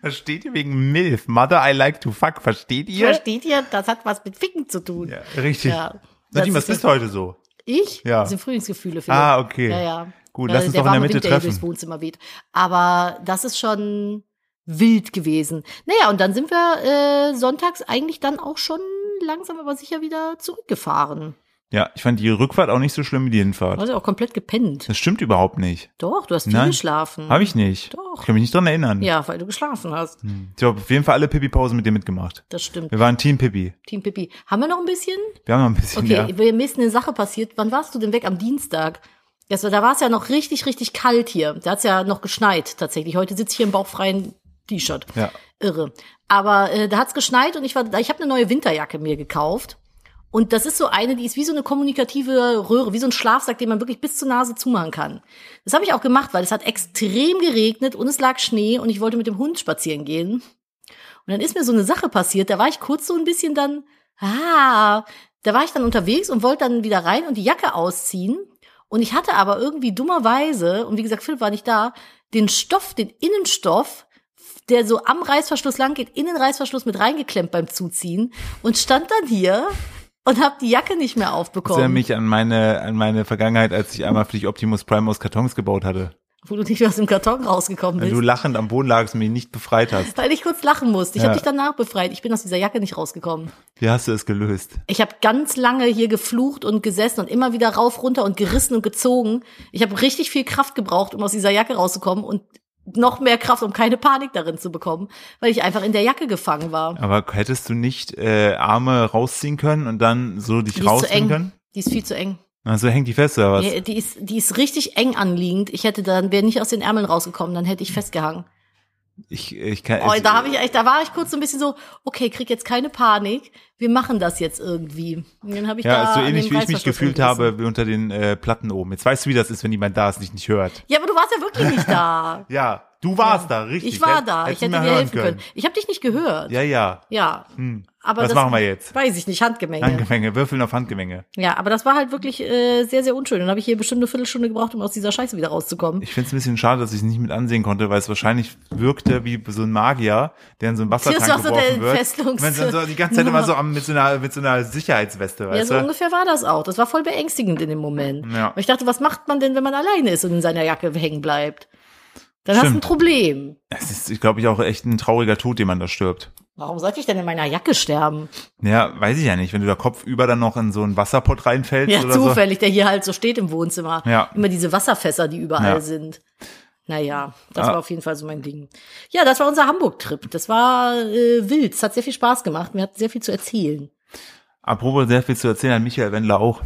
S1: Versteht ihr wegen Milf? Mother, I like to fuck. Versteht ihr?
S2: Versteht ihr? Das hat was mit Ficken zu tun.
S1: Ja, richtig.
S2: Ja,
S1: Nadine,
S2: das
S1: was
S2: ist
S1: bist du heute so?
S2: Ich?
S1: Ja.
S2: Das sind Frühlingsgefühle. Philipp.
S1: Ah, okay.
S2: Ja, ja.
S1: Gut,
S2: Äh,
S1: lass uns
S2: der
S1: doch in der
S2: warme
S1: Mitte
S2: Wind, Der hier
S1: treffen.
S2: durchs Wohnzimmer weht. Aber das ist schon wild gewesen. Naja, und dann sind wir äh, sonntags eigentlich dann auch schon langsam aber sicher wieder zurückgefahren.
S1: Ja, ich fand die Rückfahrt auch nicht so schlimm wie die Hinfahrt.
S2: Also auch komplett gepennt.
S1: Das stimmt überhaupt nicht.
S2: Doch, du hast viel
S1: Nein.
S2: geschlafen.
S1: Habe ich nicht.
S2: Doch.
S1: Ich kann mich nicht dran erinnern. Hm.
S2: Ja, weil du geschlafen hast.
S1: Ich habe auf jeden Fall alle Pippi-Pausen mit dir mitgemacht.
S2: Das stimmt.
S1: Wir waren Team Pippi.
S2: Team Pippi. Haben wir noch ein bisschen?
S1: Wir haben noch ein bisschen
S2: Okay,
S1: ja.
S2: weil mir ist eine Sache passiert. Wann warst du denn weg? Am Dienstag. Das war, da war es ja noch richtig, richtig kalt hier. Da hat es ja noch geschneit tatsächlich. Heute sitze ich hier im bauchfreien T-Shirt.
S1: Ja.
S2: Irre. Aber äh, da hat es geschneit und ich war, ich habe eine neue Winterjacke mir gekauft. Und das ist so eine, die ist wie so eine kommunikative Röhre, wie so ein Schlafsack, den man wirklich bis zur Nase zumachen kann. Das habe ich auch gemacht, weil es hat extrem geregnet und es lag Schnee und ich wollte mit dem Hund spazieren gehen. Und dann ist mir so eine Sache passiert, da war ich kurz so ein bisschen dann, ah, da war ich dann unterwegs und wollte dann wieder rein und die Jacke ausziehen. Und ich hatte aber irgendwie dummerweise, und wie gesagt, Philipp war nicht da, den Stoff, den Innenstoff der so am Reißverschluss lang geht, in den Reißverschluss mit reingeklemmt beim Zuziehen und stand dann hier und habe die Jacke nicht mehr
S1: Das erinnert
S2: aufbekommen.
S1: mich an meine, an meine Vergangenheit, als ich einmal für dich Optimus Prime aus Kartons gebaut hatte.
S2: Wo du nicht mehr aus dem Karton rausgekommen
S1: Wenn du
S2: bist.
S1: lachend am Boden lagst und mich nicht befreit hast.
S2: Weil ich kurz lachen musste. Ich hab
S1: Ja.
S2: habe dich danach befreit. Ich bin aus dieser Jacke nicht rausgekommen.
S1: Wie hast du es gelöst?
S2: Ich habe ganz lange hier geflucht und gesessen und immer wieder rauf, runter und gerissen und gezogen. Ich habe richtig viel Kraft gebraucht, um aus dieser Jacke rauszukommen und noch mehr Kraft, um keine Panik darin zu bekommen, weil ich einfach in der Jacke gefangen war.
S1: Aber hättest du nicht äh, Arme rausziehen können und dann so dich
S2: Die ist zu
S1: rausziehen
S2: eng.
S1: können?
S2: Die ist viel zu eng.
S1: Also hängt die fest oder was?
S2: Ja, die, ist, die ist richtig eng anliegend. Ich hätte dann, wäre nicht aus den Ärmeln rausgekommen, dann hätte ich festgehangen.
S1: Ich, ich kann,
S2: Oh,
S1: ich,
S2: da, hab ich, echt- da war ich kurz so ein bisschen so, okay, krieg jetzt keine Panik, wir machen das jetzt irgendwie. Und dann habe ich
S1: ja,
S2: da
S1: ist so
S2: an
S1: ähnlich
S2: dem
S1: wie ich mich
S2: Reißverschluss
S1: gefühlt
S2: rumgerissen.
S1: habe wie unter den äh, Platten oben. Jetzt weißt du, wie das ist, wenn jemand da ist und dich nicht hört.
S2: Ja, aber du warst ja wirklich
S1: (laughs)
S2: nicht da.
S1: Ja, du warst da, richtig.
S2: ich war
S1: Hätt-
S2: da,
S1: hättest
S2: ich
S1: du
S2: hätte
S1: mir
S2: dir
S1: hören
S2: helfen können. Ich habe dich nicht gehört.
S1: Ja, ja.
S2: Ja, aber
S1: was
S2: das
S1: machen wir jetzt?
S2: Weiß ich nicht, Handgemenge.
S1: Handgemenge, Würfeln auf Handgemenge.
S2: Ja, aber das war halt wirklich äh, sehr, sehr unschön. Dann habe ich hier bestimmt eine Viertelstunde gebraucht, um aus dieser Scheiße wieder rauszukommen.
S1: Ich finde es ein bisschen schade, dass ich es nicht mit ansehen konnte, weil es wahrscheinlich wirkte wie so ein Magier, der in so einen Wassertank
S2: Das war so
S1: geworfen
S2: der
S1: wird.
S2: Festungs-
S1: Wenn dann so die ganze Zeit immer so am, mit, so einer, mit so einer Sicherheitsweste,
S2: Ja,
S1: weißt
S2: so
S1: du?
S2: ungefähr war das auch. Das war voll beängstigend in dem Moment.
S1: Ja.
S2: Und ich dachte, was macht man denn, wenn man alleine ist und in seiner Jacke hängen bleibt? Dann hast du ein
S1: Stimmt.
S2: Problem.
S1: Es ist, ich glaube, ich auch echt ein trauriger Tod, den man da stirbt.
S2: Warum sollte ich denn in meiner Jacke sterben?
S1: Ja, weiß ich ja nicht. Wenn du da kopfüber dann noch in so einen Wasserpott reinfällst
S2: Ja,
S1: oder so.
S2: zufällig, der hier halt so steht im Wohnzimmer.
S1: Ja.
S2: Immer diese Wasserfässer, die überall
S1: Ja.
S2: sind. Naja, das
S1: Ah.
S2: war auf jeden Fall so mein Ding. Ja, das war unser Hamburg-Trip. Das war äh, wild. Es hat sehr viel Spaß gemacht. Wir hatten sehr viel zu erzählen.
S1: Apropos sehr viel zu erzählen hat Michael Wendler auch.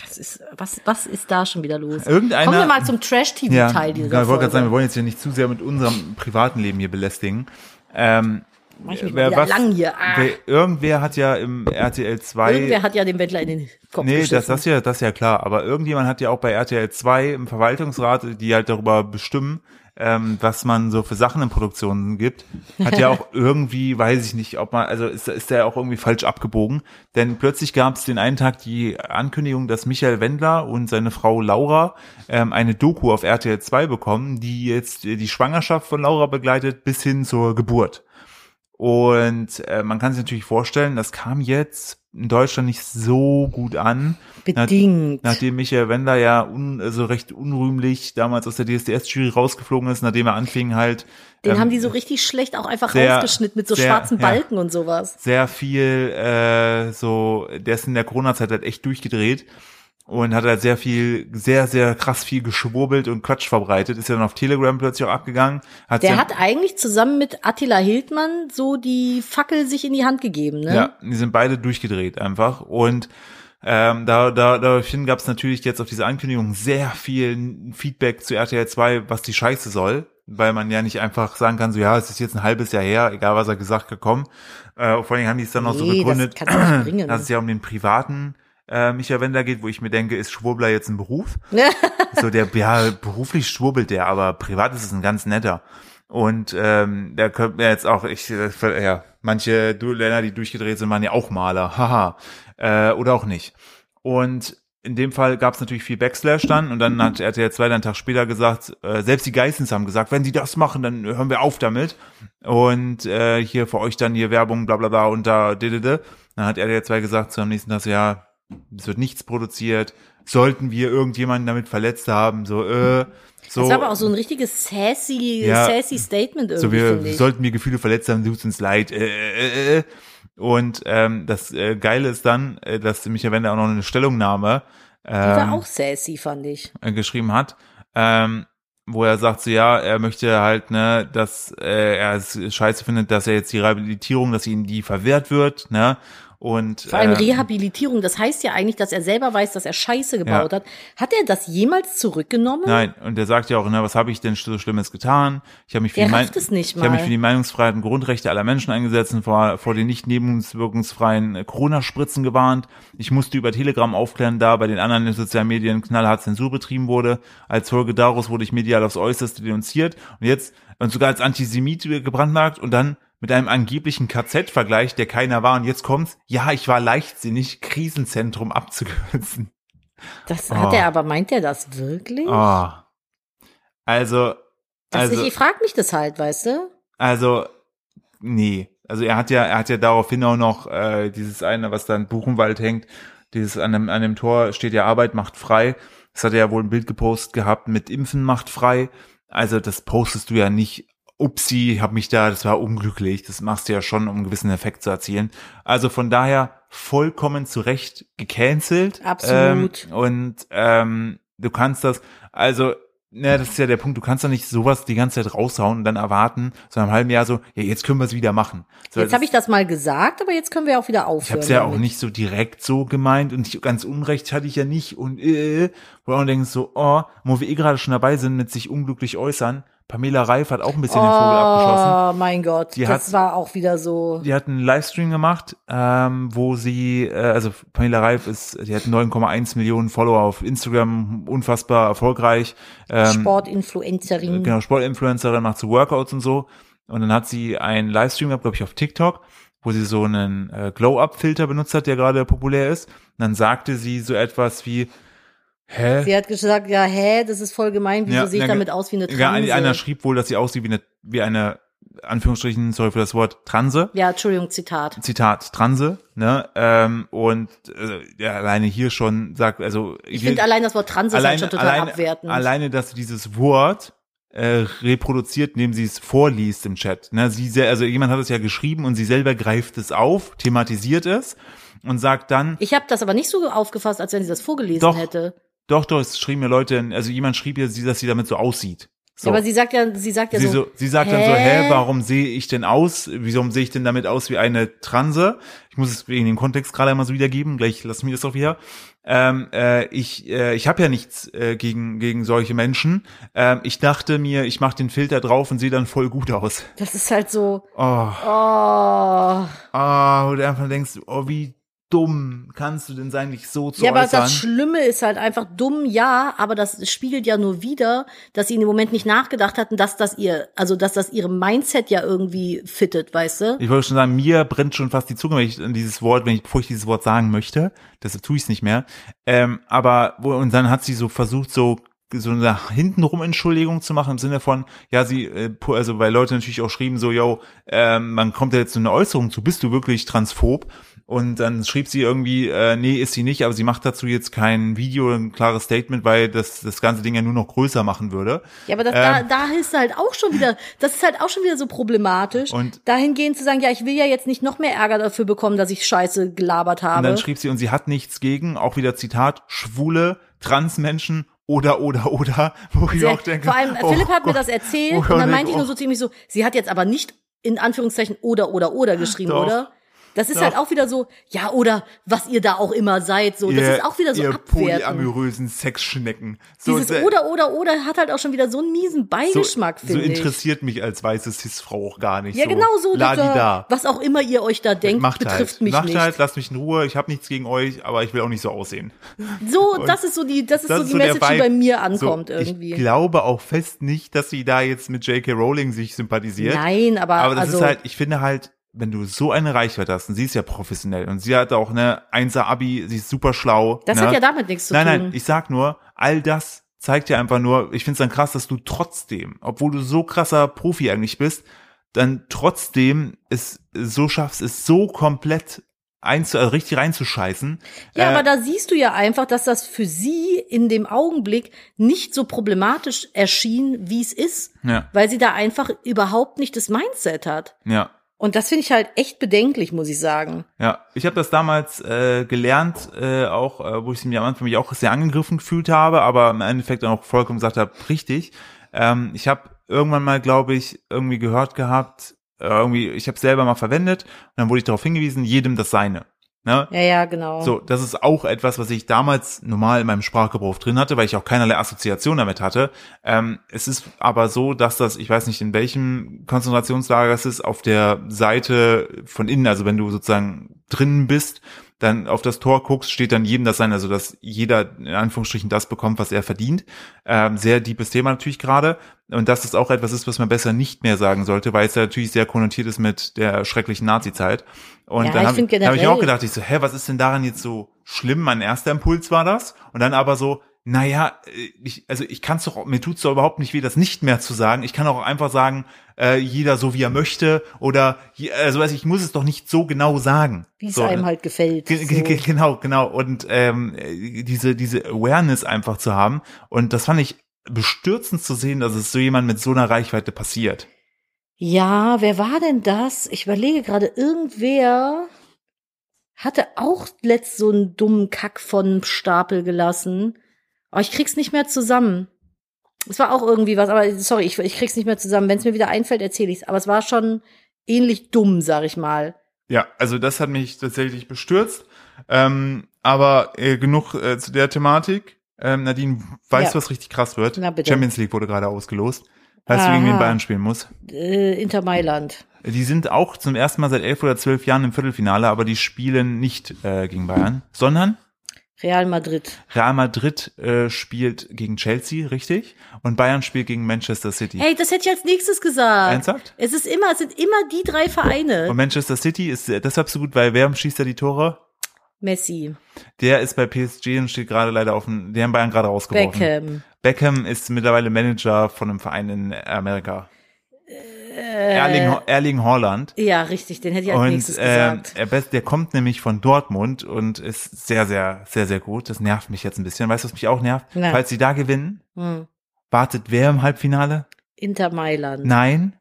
S2: Das ist, was, was ist da schon wieder los?
S1: Irgendeiner-
S2: Kommen wir mal zum
S1: Ja,
S2: Trash-TV-Teil
S1: ich wollte
S2: dieser
S1: gerade
S2: Folge.
S1: sagen, wir wollen jetzt hier nicht zu sehr mit unserem privaten Leben hier belästigen. Ähm,
S2: Mach ich mich mal
S1: wer,
S2: wieder
S1: was,
S2: lang hier. Ah.
S1: Wer, irgendwer hat ja im RTL 2
S2: Irgendwer hat ja den Bettler in den Kopf
S1: Nee,
S2: geschissen.
S1: das, das, ist ja, das ist ja klar. Aber irgendjemand hat ja auch bei RTL 2 im Verwaltungsrat, die halt darüber bestimmen, ähm, was man so für Sachen in Produktionen gibt, hat ja
S2: (laughs)
S1: auch irgendwie, weiß ich nicht, ob man, also ist, ist der ja auch irgendwie falsch abgebogen. Denn plötzlich gab es den einen Tag die Ankündigung, dass Michael Wendler und seine Frau Laura ähm, eine Doku auf RTL 2 bekommen, die jetzt äh, die Schwangerschaft von Laura begleitet bis hin zur Geburt. Und äh, man kann sich natürlich vorstellen, das kam jetzt in Deutschland nicht so gut an.
S2: Bedingt.
S1: Nachdem Michael Wender ja un, also recht unrühmlich damals aus der DSDS-Jury rausgeflogen ist, nachdem er anfing halt
S2: den
S1: ähm,
S2: haben die so richtig schlecht auch einfach
S1: sehr-
S2: rausgeschnitten mit so
S1: sehr-
S2: schwarzen
S1: ja.
S2: Balken und sowas.
S1: sehr viel äh, so, der ist in der Corona-Zeit halt echt durchgedreht und hat halt sehr viel, sehr, sehr krass viel geschwurbelt und Quatsch verbreitet, ist ja dann auf Telegram plötzlich auch abgegangen. Hat
S2: Der
S1: ja,
S2: hat eigentlich zusammen mit Attila Hildmann so die Fackel sich in die Hand gegeben, ne?
S1: Ja, die sind beide durchgedreht einfach. Und ähm, da, da, daraufhin gab es natürlich jetzt auf diese Ankündigung sehr viel Feedback zu RTL 2, was die Scheiße soll. Weil man ja nicht einfach sagen kann, so ja, es ist jetzt ein halbes Jahr her, egal was er gesagt gekommen. Äh, vor allen Dingen haben die es dann noch so
S2: Nee, das
S1: begründet,
S2: kannst du nicht
S1: (clears throat)
S2: bringen. ne?
S1: dass es ja um den privaten äh, Michael Wender geht, wo ich mir denke, ist Schwurbler jetzt ein Beruf? so der ja, beruflich schwurbelt der, aber privat ist es ein ganz netter. Und ähm, da könnte mir jetzt auch, ich, äh, ja, manche Du- Länder, die durchgedreht sind, waren ja auch Maler, haha, äh, oder auch nicht. Und in dem Fall gab es natürlich viel Backslash dann und dann hat RTL 2 dann einen Tag später gesagt, äh, selbst die Geissens haben gesagt, wenn sie das machen, dann hören wir auf damit und äh, hier für euch dann hier Werbung, bla bla bla und da, didede. Dann hat RTL 2 gesagt, so am nächsten Tag, so, ja, es wird nichts produziert, sollten wir irgendjemanden damit verletzt haben, so, äh, so.
S2: Das war aber auch so ein richtiges sassy,
S1: Ja.
S2: sassy Statement
S1: So,
S2: irgendwie,
S1: wir
S2: finde ich.
S1: sollten wir Gefühle verletzt haben, tut's uns leid. Äh, äh, äh, äh. Und ähm, das äh, Geile ist dann, äh, dass Michael Wende auch noch eine Stellungnahme
S2: die
S1: ähm,
S2: war auch sassy, fand ich.
S1: äh, geschrieben hat, ähm, wo er sagt, so ja, er möchte halt, ne, dass äh, er es scheiße findet, dass er jetzt die Rehabilitierung, dass ihm die verwehrt wird, ne? Und,
S2: Vor allem
S1: äh,
S2: Rehabilitierung, das heißt ja eigentlich, dass er selber weiß, dass er Scheiße gebaut hat. Hat er das jemals zurückgenommen?
S1: Nein, und der sagt ja auch, ne, was habe ich denn so Schlimmes getan? Ich habe mich, für
S2: Der
S1: die Mein-
S2: rafft es
S1: ich
S2: nicht
S1: habe mich
S2: mal.
S1: für die Meinungsfreiheit und Grundrechte aller Menschen eingesetzt und vor, vor den nicht nebenwirkungsfreien äh, Corona-Spritzen gewarnt. Ich musste über Telegram aufklären, da bei den anderen in den sozialen Medien knallhart Zensur betrieben wurde. Als Folge daraus wurde ich medial aufs Äußerste denunziert und jetzt und sogar als Antisemit gebrandmarkt und dann mit einem angeblichen KZ-Vergleich, der keiner war. Und jetzt kommt's. Ja, ich war leichtsinnig, Krisenzentrum abzukürzen.
S2: Das
S1: Oh.
S2: hat er, aber meint er das wirklich?
S1: Oh. Also,
S2: Das
S1: also,
S2: ich, ich frag mich das halt, weißt du?
S1: also, nee. Also er hat ja, er hat ja daraufhin auch noch äh, dieses eine, was da in Buchenwald hängt, dieses an dem, an dem Tor steht ja Arbeit macht frei. Das hat er ja wohl ein Bild gepostet gehabt mit Impfen macht frei. Also das postest du ja nicht. Upsi, hab mich da, das war unglücklich. Das machst du ja schon, um einen gewissen Effekt zu erzielen. Also von daher vollkommen zu Recht gecancelt.
S2: Absolut.
S1: Ähm, und ähm, du kannst das, also, ne, das ist ja der Punkt, du kannst doch nicht sowas die ganze Zeit raushauen und dann erwarten, so im halben Jahr so, ja, jetzt können wir es wieder machen. So,
S2: jetzt habe ich das mal gesagt, aber jetzt können wir auch wieder
S1: ich
S2: aufhören.
S1: hab's ja auch
S2: damit.
S1: nicht so direkt so gemeint und ich, ganz unrecht hatte ich ja nicht und äh, wo du auch denkst so, oh, wo wir eh gerade schon dabei sind mit sich unglücklich äußern, Pamela Reif hat auch ein bisschen den Vogel abgeschossen.
S2: Oh mein Gott,
S1: Die
S2: das
S1: hat-
S2: war auch wieder so.
S1: Die hat einen Livestream gemacht, ähm, wo sie, äh, also Pamela Reif ist, die hat 9,1 Millionen Follower auf Instagram, unfassbar erfolgreich. Ähm,
S2: Sportinfluencerin.
S1: Genau, Sportinfluencerin, macht so Workouts und so. Und dann hat sie einen Livestream gehabt, glaube ich, auf TikTok, wo sie so einen äh, Glow-Up-Filter benutzt hat, der gerade populär ist. Und dann sagte sie so etwas wie, hä?
S2: Sie hat gesagt, ja, hä, das ist voll gemein, wieso
S1: Ja,
S2: sehe ich
S1: ja, ge-
S2: damit aus wie eine
S1: Ja, ein-
S2: Transe?
S1: einer schrieb wohl, dass sie aussieht wie eine, wie eine, Anführungsstrichen, sorry für das Wort, Transe.
S2: ja, Entschuldigung, Zitat.
S1: Zitat, Transe, ne? Ähm, und äh, ja, alleine hier schon sagt, also
S2: Ich finde allein das Wort Trans ist halt schon total
S1: alleine,
S2: abwertend.
S1: Alleine, dass sie dieses Wort äh, reproduziert, indem sie es vorliest im Chat. Ne, sie sehr, also jemand hat es ja geschrieben und sie selber greift es auf, thematisiert es und sagt dann,
S2: ich habe das aber nicht so aufgefasst, als wenn sie das vorgelesen
S1: Doch.
S2: hätte.
S1: doch, doch, es schrieben mir Leute, also jemand schrieb ihr, sie- dass sie damit so aussieht. So.
S2: Ja, aber sie sagt ja, sie sagt ja
S1: sie,
S2: so,
S1: so, sie sagt dann so, hä, warum sehe ich denn aus? Wieso sehe ich denn damit aus wie eine Transe? Ich muss es wegen dem Kontext gerade einmal so wiedergeben, gleich lass mir das doch wieder. Ähm, äh, ich äh, ich habe ja nichts äh, gegen, gegen solche Menschen. Ähm, ich dachte mir, ich mache den Filter drauf und sehe dann voll gut aus.
S2: Das ist halt so,
S1: Oh,
S2: oh.
S1: ah, wo du einfach denkst, oh, wie dumm kannst du denn sein, dich so zu
S2: ja, aber
S1: äußern?
S2: das Schlimme ist halt einfach dumm, ja, aber das spiegelt ja nur wieder, dass sie in dem Moment nicht nachgedacht hatten, dass das ihr, also dass das ihrem Mindset ja irgendwie fittet, weißt du?
S1: Ich wollte schon sagen, mir brennt schon fast die Zunge, wenn ich an dieses Wort, wenn ich, bevor ich dieses Wort sagen möchte, deshalb tue ich es nicht mehr. Ähm, aber wo, und dann hat sie so versucht, so so eine hintenrum Entschuldigung zu machen im Sinne von, ja, sie, äh, pu- also weil Leute natürlich auch schrieben so, yo, ähm, man kommt ja jetzt zu einer Äußerung zu, bist du wirklich transphob? Und dann schrieb sie irgendwie, äh, nee, ist sie nicht, aber sie macht dazu jetzt kein Video, ein klares Statement, weil das das ganze Ding ja nur noch größer machen würde.
S2: Ja, aber das, da,
S1: Ähm.
S2: da ist halt auch schon wieder, das ist halt auch schon wieder so problematisch.
S1: Und-
S2: dahingehend zu sagen, ja, ich will ja jetzt nicht noch mehr Ärger dafür bekommen, dass ich Scheiße gelabert
S1: Und
S2: habe.
S1: dann schrieb sie, und sie hat nichts gegen, auch wieder Zitat, schwule Transmenschen oder, oder, oder, wo ich
S2: Sie-
S1: auch denke.
S2: Vor allem,
S1: (laughs) oh
S2: Philipp hat mir
S1: Gott.
S2: das erzählt
S1: Oh
S2: und
S1: Gott,
S2: dann meinte ich
S1: oh.
S2: nur so ziemlich so, sie hat jetzt aber nicht in Anführungszeichen oder oder oder geschrieben,
S1: Doch.
S2: oder? Das ist
S1: Doch.
S2: halt auch wieder so, ja, oder was ihr da auch immer seid, so. das
S1: Ihr-
S2: ist auch wieder so
S1: Ihr
S2: abwertend.
S1: polyamorösen Sexschnecken. So,
S2: Dieses
S1: sehr-
S2: oder oder oder hat halt auch schon wieder so einen miesen
S1: so,
S2: Beigeschmack,
S1: so
S2: finde ich.
S1: interessiert mich als weiße Cis-Frau auch gar nicht.
S2: ja,
S1: so.
S2: genau so.
S1: Ladida.
S2: Dieser, was auch immer ihr euch da denkt,
S1: Macht
S2: betrifft
S1: halt.
S2: mich
S1: Macht
S2: nicht.
S1: halt, lasst mich in Ruhe, ich habe nichts gegen euch, aber ich will auch nicht so aussehen.
S2: So, das ist so die, das ist so die Message, die
S1: Vibe.
S2: bei mir ankommt
S1: so,
S2: irgendwie.
S1: Ich glaube auch fest nicht, dass sie da jetzt mit J.K. Rowling sich sympathisiert.
S2: Nein, aber,
S1: Aber das
S2: also,
S1: ist halt, ich finde halt, wenn du so eine Reichweite hast, und sie ist ja professionell und sie hat auch ne 1er Abi, sie ist super schlau.
S2: das
S1: ne?
S2: hat ja damit nichts zu
S1: Nein,
S2: tun.
S1: nein, ich sag nur, all das zeigt ja einfach nur, ich find's dann krass, dass du trotzdem, obwohl du so krasser Profi eigentlich bist, dann trotzdem es so schaffst, es so komplett einzu, also richtig reinzuscheißen.
S2: Ja,
S1: Äh,
S2: aber da siehst du ja einfach, dass das für sie in dem Augenblick nicht so problematisch erschien, wie es ist,
S1: ja,
S2: weil sie da einfach überhaupt nicht das Mindset hat.
S1: ja.
S2: Und das finde ich halt echt bedenklich, muss ich sagen.
S1: Ja, ich habe das damals äh, gelernt, äh, auch äh, wo ich mich am Anfang mich auch sehr angegriffen gefühlt habe, aber im Endeffekt dann auch vollkommen gesagt habe, richtig. Ähm, ich habe irgendwann mal, glaube ich, irgendwie gehört gehabt, äh, irgendwie, ich habe selber mal verwendet und dann wurde ich darauf hingewiesen, jedem das Seine. Ne?
S2: Ja, ja, genau.
S1: So, das ist auch etwas, was ich damals normal in meinem Sprachgebrauch drin hatte, weil ich auch keinerlei Assoziation damit hatte. Ähm, es ist aber so, dass das, ich weiß nicht in welchem Konzentrationslager es ist, auf der Seite von innen, also wenn du sozusagen drinnen bist, dann auf das Tor guckst, steht dann jedem das sein, also dass jeder in Anführungsstrichen das bekommt, was er verdient. Ähm, sehr deepes Thema natürlich gerade. Und dass das auch etwas ist, was man besser nicht mehr sagen sollte, weil es ja natürlich sehr konnotiert ist mit der schrecklichen Nazi-Zeit. Und
S2: Ja,
S1: dann
S2: ich
S1: habe
S2: find
S1: ich, hab ich
S2: generell-
S1: auch gedacht, ich so, hä, was ist denn daran jetzt so schlimm? Mein erster Impuls war das. Und dann aber so, naja, äh, ich, also ich kann es doch, mir tut's doch überhaupt nicht weh, das nicht mehr zu sagen. Ich kann auch einfach sagen, äh, jeder so wie er möchte oder je- also weiß ich, ich muss es doch nicht so genau sagen.
S2: Wie es
S1: so,
S2: einem halt gefällt.
S1: Ge- ge- ge-
S2: So.
S1: Genau, genau. Und ähm, äh, diese, diese Awareness einfach zu haben. Und das fand ich bestürzend zu sehen, dass es so jemand mit so einer Reichweite passiert.
S2: Ja, wer war denn das? Ich überlege gerade, irgendwer hatte auch letzt so einen dummen Kack von Stapel gelassen. Aber ich krieg's nicht mehr zusammen. Es war auch irgendwie was, aber sorry, ich, ich krieg's nicht mehr zusammen. Wenn es mir wieder einfällt, erzähle ich's. Aber es war schon ähnlich dumm, sag ich mal.
S1: Ja, also das hat mich tatsächlich bestürzt. Ähm, aber äh, genug äh, zu der Thematik. Ähm, Nadine, weißt
S2: Ja.
S1: du, was richtig krass wird?
S2: Na bitte.
S1: Champions League wurde gerade ausgelost. Weißt du, gegen
S2: Aha.
S1: wen Bayern spielen muss?
S2: Äh, Inter Mailand.
S1: Die sind auch zum ersten Mal seit elf oder zwölf Jahren im Viertelfinale, aber die spielen nicht äh, gegen Bayern, sondern
S2: Real Madrid.
S1: Real Madrid äh, spielt gegen Chelsea, richtig? Und Bayern spielt gegen Manchester City.
S2: Hey, das hätte ich als nächstes gesagt.
S1: Ernsthaft?
S2: Es ist immer, es sind immer die drei Vereine.
S1: Und Manchester City ist äh, deshalb so gut, weil wer schießt da die Tore?
S2: Messi,
S1: Der ist bei PSG und steht gerade leider auf dem, der in Bayern gerade rausgeworfen.
S2: Beckham.
S1: Beckham ist mittlerweile Manager von einem Verein in Amerika. Erling, Ho- Erling Haaland.
S2: äh, Ja, richtig, den hätte ich als
S1: Und
S2: nächstes
S1: ähm,
S2: gesagt.
S1: er best- der kommt nämlich von Dortmund und ist sehr, sehr, sehr, sehr gut. Das nervt mich jetzt ein bisschen. Weißt du, was mich auch nervt?
S2: Na.
S1: Falls sie da gewinnen,
S2: Hm.
S1: wartet wer im Halbfinale?
S2: Inter Mailand,
S1: Nein.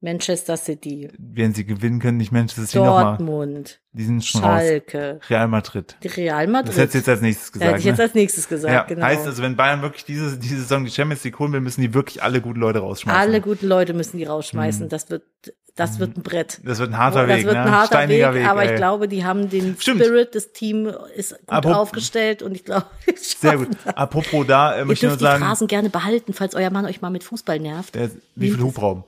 S2: Manchester City,
S1: wenn sie gewinnen können, nicht Manchester City nochmal.
S2: Dortmund,
S1: Die sind schon raus.
S2: Schalke,
S1: Real Madrid.
S2: Real Madrid.
S1: Das hättest du jetzt als nächstes
S2: Da hätte
S1: gesagt.
S2: ich jetzt
S1: ne?
S2: als nächstes gesagt,
S1: ja,
S2: genau.
S1: Heißt also, wenn Bayern wirklich diese, diese Saison die Champions League holen will, müssen die wirklich alle guten Leute rausschmeißen.
S2: Alle guten Leute müssen die rausschmeißen. Das wird, das wird ein Brett.
S1: Mhm.
S2: Oh,
S1: Das wird ein harter
S2: das
S1: Weg,
S2: wird
S1: ne?
S2: ein harter
S1: Steiniger
S2: Weg,
S1: Weg,
S2: aber
S1: ey.
S2: ich glaube, die haben den
S1: Stimmt.
S2: Spirit, das Team ist gut
S1: Apropos-
S2: aufgestellt und ich glaube, (laughs) wir
S1: Sehr
S2: schaffen
S1: gut.
S2: das.
S1: Apropos da, äh,
S2: Ihr
S1: möchte ich nur
S2: dürft die
S1: sagen,
S2: Phrasen gerne behalten, falls euer Mann euch mal mit Fußball nervt.
S1: der, wie viel Hubraum.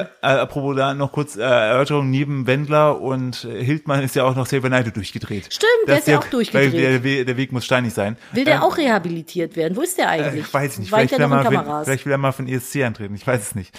S1: Äh, äh, apropos da noch kurz äh, Erörterung, neben Wendler und äh, Hildmann ist ja auch noch Silver Neido durchgedreht.
S2: Stimmt, der ist ja auch durchgedreht.
S1: Weil der, We- der Weg muss steinig sein.
S2: Will der
S1: Ähm,
S2: auch rehabilitiert werden? Wo ist der eigentlich?
S1: Ich Äh, weiß es nicht.
S2: Weint
S1: Vielleicht
S2: der
S1: will, er
S2: noch in
S1: mal
S2: Also Kameras? Oh
S1: für, vielleicht will er mal E für den ESC antreten. Ich weiß es nicht.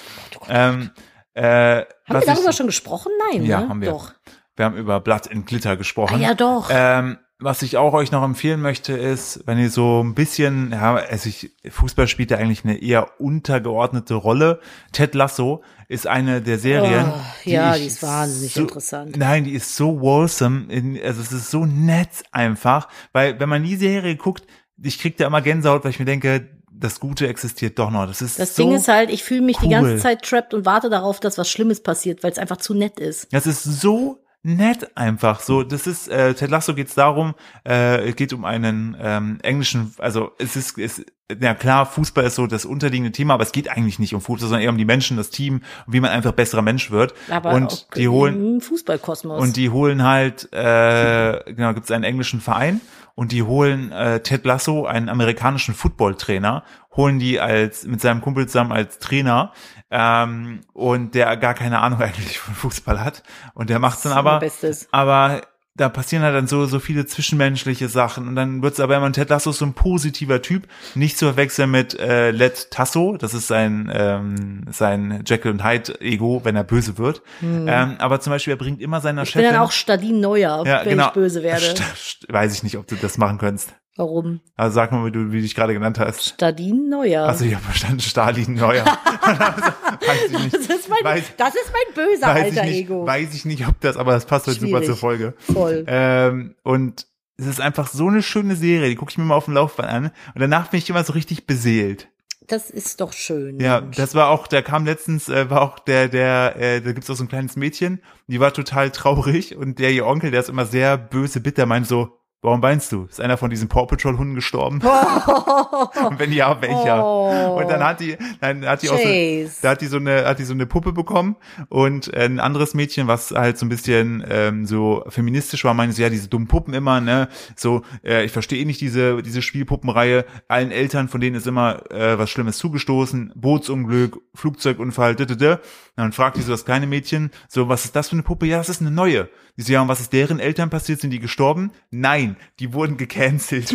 S1: Ähm, äh,
S2: haben
S1: was
S2: wir darüber
S1: ich,
S2: schon gesprochen? Nein,
S1: Ja,
S2: ne?
S1: haben wir.
S2: Doch.
S1: Wir haben über Blatt in Glitter gesprochen.
S2: Ah, ja, doch.
S1: Ähm, was ich auch euch noch empfehlen möchte, ist, wenn ihr so ein bisschen, ja, also ich, Fußball spielt ja eigentlich eine eher untergeordnete Rolle. Ted Lasso ist eine der Serien.
S2: Oh, ja,
S1: ich
S2: die ist wahnsinnig
S1: so,
S2: interessant.
S1: Nein, die ist so wholesome, in, also es ist so nett einfach, weil wenn man die Serie guckt, ich krieg da immer Gänsehaut, weil ich mir denke, das Gute existiert doch noch. Das ist
S2: Das
S1: so,
S2: Ding ist halt, ich fühle mich die
S1: cool.
S2: ganze Zeit trapped und warte darauf, dass was Schlimmes passiert, weil es einfach zu nett ist.
S1: Das ist so nett einfach. So, das ist, äh, Ted Lasso geht es darum, äh, geht um einen ähm, englischen, also es ist, ist, na klar, Fußball ist so das unterliegende Thema, aber es geht eigentlich nicht um Fußball, sondern eher um die Menschen, das Team, wie man einfach besserer Mensch wird.
S2: Aber
S1: und
S2: auch
S1: die holen,
S2: im Fußballkosmos.
S1: und die holen halt, äh, genau, gibt es einen englischen Verein und die holen äh, Ted Lasso, einen amerikanischen Footballtrainer, holen die als mit seinem Kumpel zusammen als Trainer ähm, und der gar keine Ahnung (laughs) eigentlich von Fußball hat und der macht's dann
S2: Das ist
S1: aber,
S2: mein Bestes.
S1: aber da passieren halt dann so so viele zwischenmenschliche Sachen und dann wird's aber immer und Ted Lasso ist so ein positiver Typ, nicht zu verwechseln mit äh, Led Tasso, das ist sein ähm, sein Jekyll und Hyde Ego, wenn er böse wird. Ähm, aber zum Beispiel er bringt immer seiner
S2: Hm. ich bin
S1: Chefin
S2: dann auch Stadin Neuer,
S1: ja,
S2: wenn
S1: genau.
S2: ich böse werde.
S1: St- (laughs) st- Weiß ich nicht, ob du das machen kannst.
S2: Warum?
S1: Also sag mal, wie du, wie du dich gerade genannt
S2: Ähm.
S1: hast.
S2: Stadin Neuer.
S1: Also ich habe verstanden, Stalin Neuer. (laughs) weiß ich
S2: (laughs) das,
S1: nicht.
S2: ist mein,
S1: weiß-
S2: das ist mein böser
S1: Weiß ich,
S2: alter
S1: nicht,
S2: Ego.
S1: weiß ich nicht, ob das, aber das passt heute super
S2: Schwierig.
S1: zur Folge.
S2: Voll.
S1: Ähm, und es ist einfach so eine schöne Serie, die gucke ich mir mal auf dem Laufband an. Und danach bin ich immer so richtig beseelt.
S2: Das ist doch schön.
S1: Ja,
S2: Mensch.
S1: das war auch, da kam letztens, äh, war auch der, der, äh, da gibt's auch so ein kleines Mädchen, die war total traurig und der ihr Onkel, der ist immer sehr böse, bitter, meint so, Warum weinst du? Ist einer von diesen Paw Patrol Hunden gestorben? und wenn ja, welcher?
S2: Oh.
S1: Und dann hat die, dann hat die auch so,
S2: Chase.
S1: da hat die so eine, hat die so eine Puppe bekommen und äh, ein anderes Mädchen, was halt so ein bisschen ähm, so feministisch war, meinte so, ja, diese dummen Puppen immer, ne, so, äh, ich verstehe nicht diese, diese Spielpuppenreihe. Allen Eltern, von denen ist immer äh, was Schlimmes zugestoßen, Bootsunglück, Flugzeugunfall, d, d, d. Dann fragt die so das kleine Mädchen, so, was ist das für eine Puppe? Ja, das ist eine neue. Die so, ja, und was ist deren Eltern passiert? Sind die gestorben? Nein, die wurden gecancelt.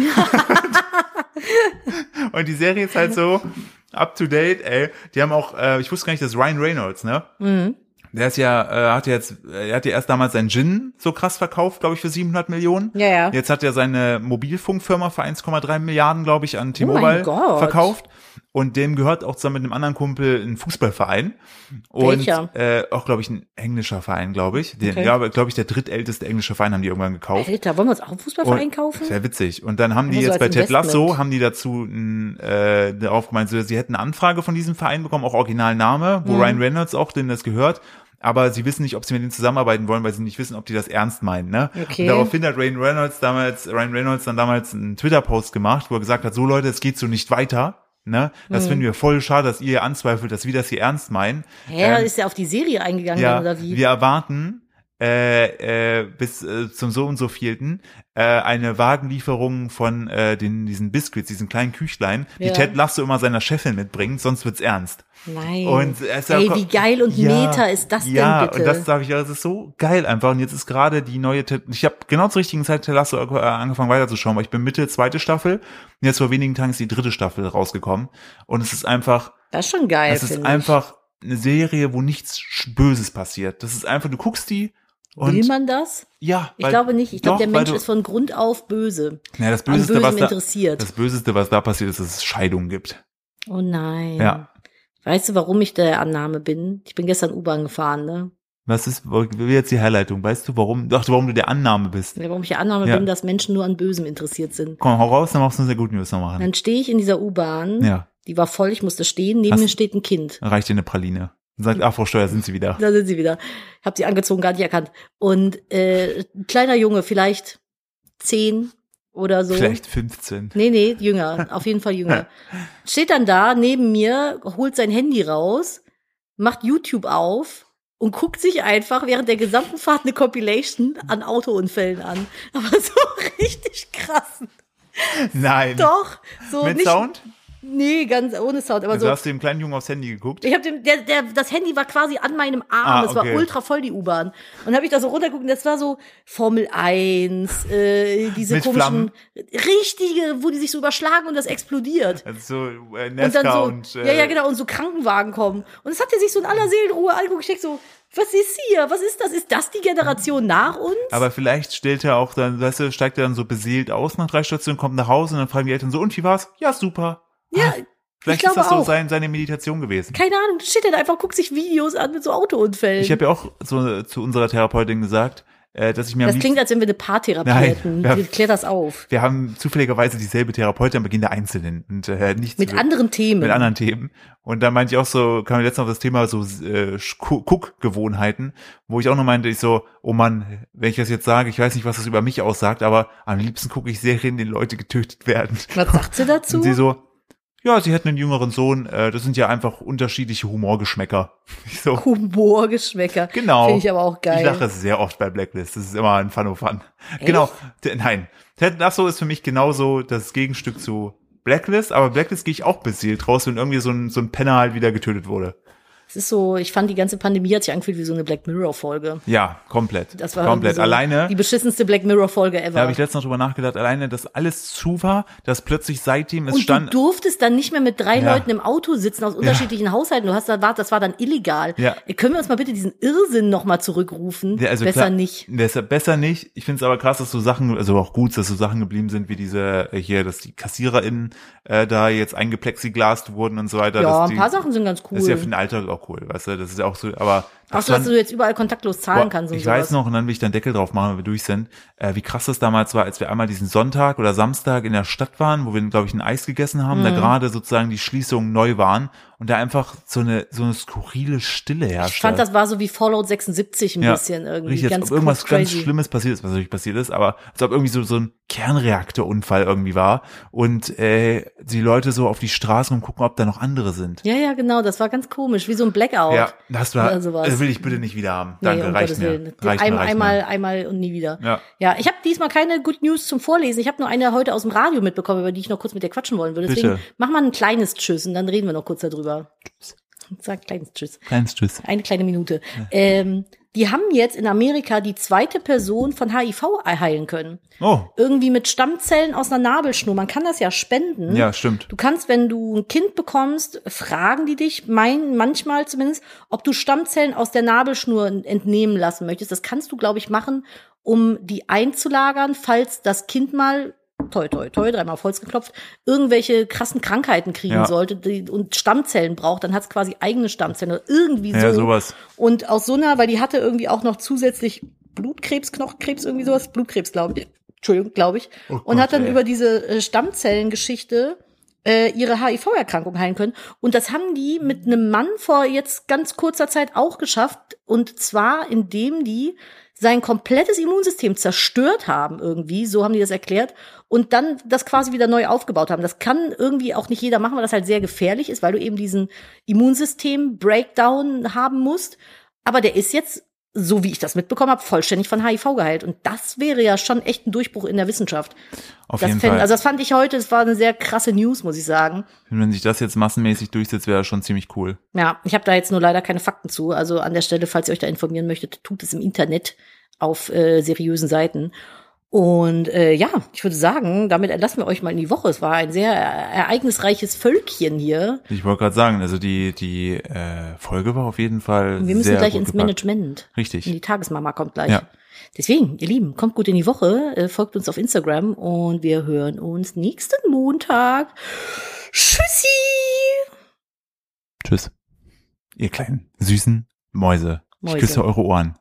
S1: Und die Serie ist halt so up to date, ey. Die haben auch, äh, ich wusste gar nicht, dass Ryan Reynolds, ne?
S2: Mhm.
S1: Der ist ja, äh, hat ja jetzt, er hat ja erst damals seinen Gin so krass verkauft, glaube ich, für 700 Millionen.
S2: Ja, ja.
S1: Jetzt hat er seine Mobilfunkfirma für 1,3 Milliarden, glaube ich, an
S2: Oh mein
S1: T-Mobile
S2: Gott.
S1: verkauft. Und dem gehört auch zusammen mit einem anderen Kumpel ein Fußballverein. Und
S2: Welcher?
S1: äh, auch, glaube ich, ein englischer Verein, glaube ich. Den,
S2: Okay.
S1: Ja, aber glaube ich, der drittälteste englische Verein haben die irgendwann gekauft.
S2: Alter, wollen wir uns auch einen Fußballverein
S1: Und-
S2: kaufen?
S1: Sehr witzig. Und dann haben die
S2: Nur so
S1: jetzt
S2: als
S1: bei Ted
S2: Investment.
S1: Lasso, haben die dazu n, äh, darauf gemeint, so, sie hätten eine Anfrage von diesem Verein bekommen, auch Originalname,
S2: Mhm.
S1: wo Ryan Reynolds auch denen das gehört. Aber sie wissen nicht, ob sie mit denen zusammenarbeiten wollen, weil sie nicht wissen, ob die das ernst meinen. Ne?
S2: Okay.
S1: Und daraufhin hat Ryan Reynolds damals, Ryan Reynolds dann damals einen Twitter-Post gemacht, wo er gesagt hat, so Leute, es geht so nicht weiter. Ne?
S2: Mhm.
S1: Das finden wir voll schade, dass ihr anzweifelt, dass wir das hier ernst meinen.
S2: Hä,
S1: Ähm,
S2: ist ja auf die Serie eingegangen
S1: ja,
S2: dann, oder wie?
S1: wir erwarten äh, äh, bis äh, zum so und so vielten äh, eine Wagenlieferung von äh, den, diesen Biscuits, diesen kleinen Küchlein, die
S2: Ja.
S1: Ted Lasso immer seiner Chefin mitbringt, sonst wird's ernst.
S2: Nein.
S1: Und es ist
S2: Ey,
S1: auch-
S2: wie geil und meta ist das
S1: ja,
S2: denn bitte?
S1: und das sage ich, ja, das ist so geil einfach. Und jetzt ist gerade die neue, Ted- ich habe genau zur richtigen Zeit Ted Lasso äh, angefangen weiterzuschauen, weil ich bin Mitte zweite Staffel und jetzt vor wenigen Tagen ist die dritte Staffel rausgekommen und es ist einfach
S2: Das ist schon geil,
S1: das ist
S2: finde
S1: einfach eine Serie, wo nichts Sch- Böses passiert. Das ist einfach, du guckst die
S2: ich.
S1: und
S2: Will man das?
S1: ja,
S2: Ich glaube nicht. Ich glaube, der Mensch ist
S1: von
S2: von Grund auf böse.
S1: ja, das
S2: Am
S1: Böseste, was
S2: Bösen
S1: da,
S2: interessiert.
S1: das Böseste, was da passiert, ist, dass es Scheidungen gibt.
S2: Oh nein.
S1: Ja.
S2: Weißt du, warum ich der Annahme bin? Ich bin gestern U-Bahn gefahren, ne?
S1: Was ist wie jetzt die Herleitung? Weißt du, warum? Ach, warum du der Annahme bist?
S2: Ja, Warum ich der Annahme
S1: Ja.
S2: bin, dass Menschen nur an Bösem interessiert sind.
S1: Komm, hau raus, dann machst du eine Good News noch machen.
S2: Dann stehe ich in dieser U-Bahn,
S1: Ja,
S2: die war voll, ich musste stehen, neben
S1: Hast-
S2: mir steht ein Kind.
S1: dann reicht dir eine Praline. Und sagt, ach, Frau Steuer, sind Sie wieder.
S2: Da sind sie wieder. Ich habe sie angezogen, gar nicht erkannt. Und äh, ein kleiner Junge, vielleicht zehn oder so.
S1: Vielleicht
S2: (laughs)
S1: 15.
S2: Nee, nee, jünger, auf jeden
S1: (laughs)
S2: Fall jünger. Steht dann da neben mir, holt sein Handy raus, macht YouTube auf und guckt sich einfach während der gesamten Fahrt eine Compilation an Autounfällen an. Aber so (laughs) richtig krass.
S1: Nein.
S2: Doch, so
S1: Mit
S2: nicht
S1: Sound?
S2: Nee, ganz ohne Sound, aber
S1: Also
S2: so
S1: hast du dem kleinen Jungen aufs Handy geguckt?
S2: ich habe dem, der, der, das Handy war quasi an meinem
S1: Ah,
S2: Arm. Es
S1: okay.
S2: war ultra voll die U-Bahn. Und habe ich da so runtergeguckt und das war so Formel 1, äh, diese
S1: Mit
S2: komischen richtige, wo die sich so überschlagen und das explodiert.
S1: Also so äh,
S2: Und dann
S1: Nesca
S2: so,
S1: und, äh,
S2: ja, ja, genau, und so Krankenwagen kommen. Und das hat er sich so in aller Seelenruhe angeguckt. Ich denk so, was ist hier? Was ist das? Ist das die Generation nach uns?
S1: Aber vielleicht stellt er auch dann, weißt du, steigt er dann so beseelt aus nach drei Stationen, kommt nach Hause und dann fragen die Eltern so, und wie war's? Ja, super.
S2: ja,
S1: Vielleicht ist
S2: glaube
S1: das so
S2: auch.
S1: sein, seine Meditation gewesen.
S2: keine Ahnung. Steht er da einfach, guckt sich Videos an mit so Autounfällen.
S1: Ich habe ja auch zu, zu unserer Therapeutin gesagt, äh, dass ich mir am
S2: das
S1: liebsten,
S2: klingt, als wenn wir eine Paartherapie
S1: Nein,
S2: hätten.
S1: ja.
S2: Wir Klär das auf.
S1: wir haben zufälligerweise dieselbe Therapeutin am Beginn der Einzelnen und äh, nichts
S2: Mit anderen Themen.
S1: mit anderen Themen. Und da meinte ich auch so, kam mir letztens auf das Thema so äh, Sch- Gu- Guckgewohnheiten, wo ich auch noch meinte, ich so, oh Mann, wenn ich das jetzt sage, ich weiß nicht, was das über mich aussagt, aber am liebsten gucke ich Serien, in denen Leute getötet werden.
S2: Was sagt sie
S1: (laughs)
S2: dazu?
S1: Und sie so, ja, sie hätten einen jüngeren Sohn, äh, das sind ja einfach unterschiedliche Humorgeschmäcker. (laughs) Ich so,
S2: Humorgeschmäcker.
S1: Genau.
S2: Finde ich aber auch geil.
S1: ich lache sehr oft bei Blacklist, das ist immer ein fun oh fun Genau, T- nein, Ted Lasso ist für mich genauso das Gegenstück zu Blacklist, aber Blacklist gehe ich auch beseelt raus, wenn irgendwie so ein, so ein Penner halt wieder getötet wurde.
S2: Es ist so, ich fand die ganze Pandemie hat sich angefühlt wie so eine Black Mirror Folge.
S1: Ja, komplett.
S2: Das war
S1: komplett.
S2: irgendwie so
S1: Alleine,
S2: Die beschissenste Black Mirror Folge ever.
S1: da habe ich letztens noch drüber nachgedacht, alleine, dass alles zu war, dass plötzlich seitdem es
S2: und du
S1: stand.
S2: durftest dann nicht mehr mit drei
S1: Ja.
S2: Leuten im Auto sitzen aus unterschiedlichen Haushalten. Du hast da war, das war dann illegal.
S1: Ja.
S2: Ey, Können wir uns mal bitte diesen Irrsinn nochmal zurückrufen?
S1: Ja, also
S2: Besser
S1: klar,
S2: nicht.
S1: Besser, besser nicht. Ich finde es aber krass, dass so Sachen, also auch gut, dass so Sachen geblieben sind, wie diese äh, hier, dass die KassiererInnen äh, da jetzt eingeplexiglased wurden und so weiter.
S2: Ja,
S1: dass
S2: ein
S1: die,
S2: paar Sachen sind ganz cool.
S1: Das ist ja für den Alltag auch auch cool, weißt du, das ist ja auch so, aber.
S2: Auch
S1: das
S2: so, dass
S1: waren-
S2: du jetzt überall kontaktlos zahlen kannst und
S1: ich
S2: sowas.
S1: weiß noch, und dann will ich dann Deckel drauf machen, wenn wir durch sind, äh, wie krass das damals war, als wir einmal diesen Sonntag oder Samstag in der Stadt waren, wo wir, glaube ich, ein Eis gegessen haben,
S2: Mhm.
S1: da gerade sozusagen die Schließungen neu waren und da einfach so eine, so eine skurrile Stille herrschte.
S2: Ich fand, das war so wie Fallout 76 ein bisschen irgendwie.
S1: Richtig, als
S2: ganz
S1: ob irgendwas
S2: crazy.
S1: ganz Schlimmes passiert ist, was natürlich passiert ist, aber als ob irgendwie so, so ein Kernreaktorunfall irgendwie war und äh, die Leute so auf die Straßen und gucken, ob da noch andere sind.
S2: Ja, ja, genau, das war ganz komisch, wie so ein Blackout.
S1: Ja, das war,
S2: Oder sowas.
S1: das will ich bitte nicht wieder haben.
S2: Nee,
S1: Danke,
S2: um
S1: reicht,
S2: Gottes
S1: mir.
S2: Willen.
S1: reicht
S2: Ein,
S1: mir. Reicht
S2: einmal,
S1: mir.
S2: einmal und nie wieder.
S1: Ja.
S2: ja ich habe diesmal keine Good News zum Vorlesen. Ich habe nur eine heute aus dem Radio mitbekommen, über die ich noch kurz mit dir quatschen wollen würde. Deswegen
S1: Bitte.
S2: mach mal ein kleines Tschüss und dann reden wir noch kurz darüber. Tschüss. Sag kleines Tschüss.
S1: Kleines Tschüss.
S2: Eine kleine Minute. Ähm, die haben jetzt in Amerika die zweite Person von HIV heilen können.
S1: Oh,
S2: Irgendwie mit Stammzellen aus einer Nabelschnur. Man kann das ja spenden.
S1: ja, stimmt.
S2: Du kannst, wenn du ein Kind bekommst, fragen die dich, mein, manchmal zumindest, ob du Stammzellen aus der Nabelschnur entnehmen lassen möchtest. Das kannst du, glaube ich, machen, um die einzulagern, falls das Kind mal toi toi toi, dreimal auf Holz geklopft, irgendwelche krassen Krankheiten kriegen
S1: Ja.
S2: sollte die, und Stammzellen braucht, dann hat es quasi eigene Stammzellen oder irgendwie so.
S1: Ja, sowas.
S2: Und aus so einer, weil die hatte irgendwie auch noch zusätzlich Blutkrebs, Knochenkrebs, irgendwie sowas, Blutkrebs, glaube ich. Entschuldigung, glaube ich. und hat dann
S1: Oh ey.
S2: über diese äh, Stammzellengeschichte äh, ihre HIV-Erkrankung heilen können. Und das haben die mit einem Mann vor jetzt ganz kurzer Zeit auch geschafft. Und zwar, indem die sein komplettes Immunsystem zerstört haben irgendwie, so haben die das erklärt, und dann das quasi wieder neu aufgebaut haben. Das kann irgendwie auch nicht jeder machen, weil das halt sehr gefährlich ist, weil du eben diesen Immunsystem-Breakdown haben musst. Aber der ist jetzt, so wie ich das mitbekommen habe, vollständig von HIV geheilt. Und das wäre ja schon echt ein Durchbruch in der Wissenschaft.
S1: Auf
S2: Das
S1: jeden
S2: fänd,
S1: Fall.
S2: also das fand ich heute, es war eine sehr krasse News, muss ich sagen.
S1: Wenn sich das jetzt massenmäßig durchsetzt, wäre das schon ziemlich cool.
S2: Ja, ich habe da jetzt nur leider keine Fakten zu. Also an der Stelle, falls ihr euch da informieren möchtet, tut es im Internet auf äh, seriösen Seiten. Und äh, ja, ich würde sagen, damit entlassen wir euch mal in die Woche. Es war ein sehr ereignisreiches Völkchen hier.
S1: Ich wollte gerade sagen, also die, die äh, Folge war auf jeden Fall.
S2: Und wir müssen
S1: sehr
S2: gleich
S1: gut
S2: ins
S1: gepackt.
S2: Management. In
S1: Richtig.
S2: die Tagesmama kommt gleich.
S1: Ja.
S2: Deswegen, ihr Lieben, kommt gut in die Woche, äh, folgt uns auf Instagram und wir hören uns nächsten Montag. Tschüssi!
S1: Tschüss. Ihr kleinen, süßen Mäuse. Ich
S2: Mäuse.
S1: küsse eure Ohren.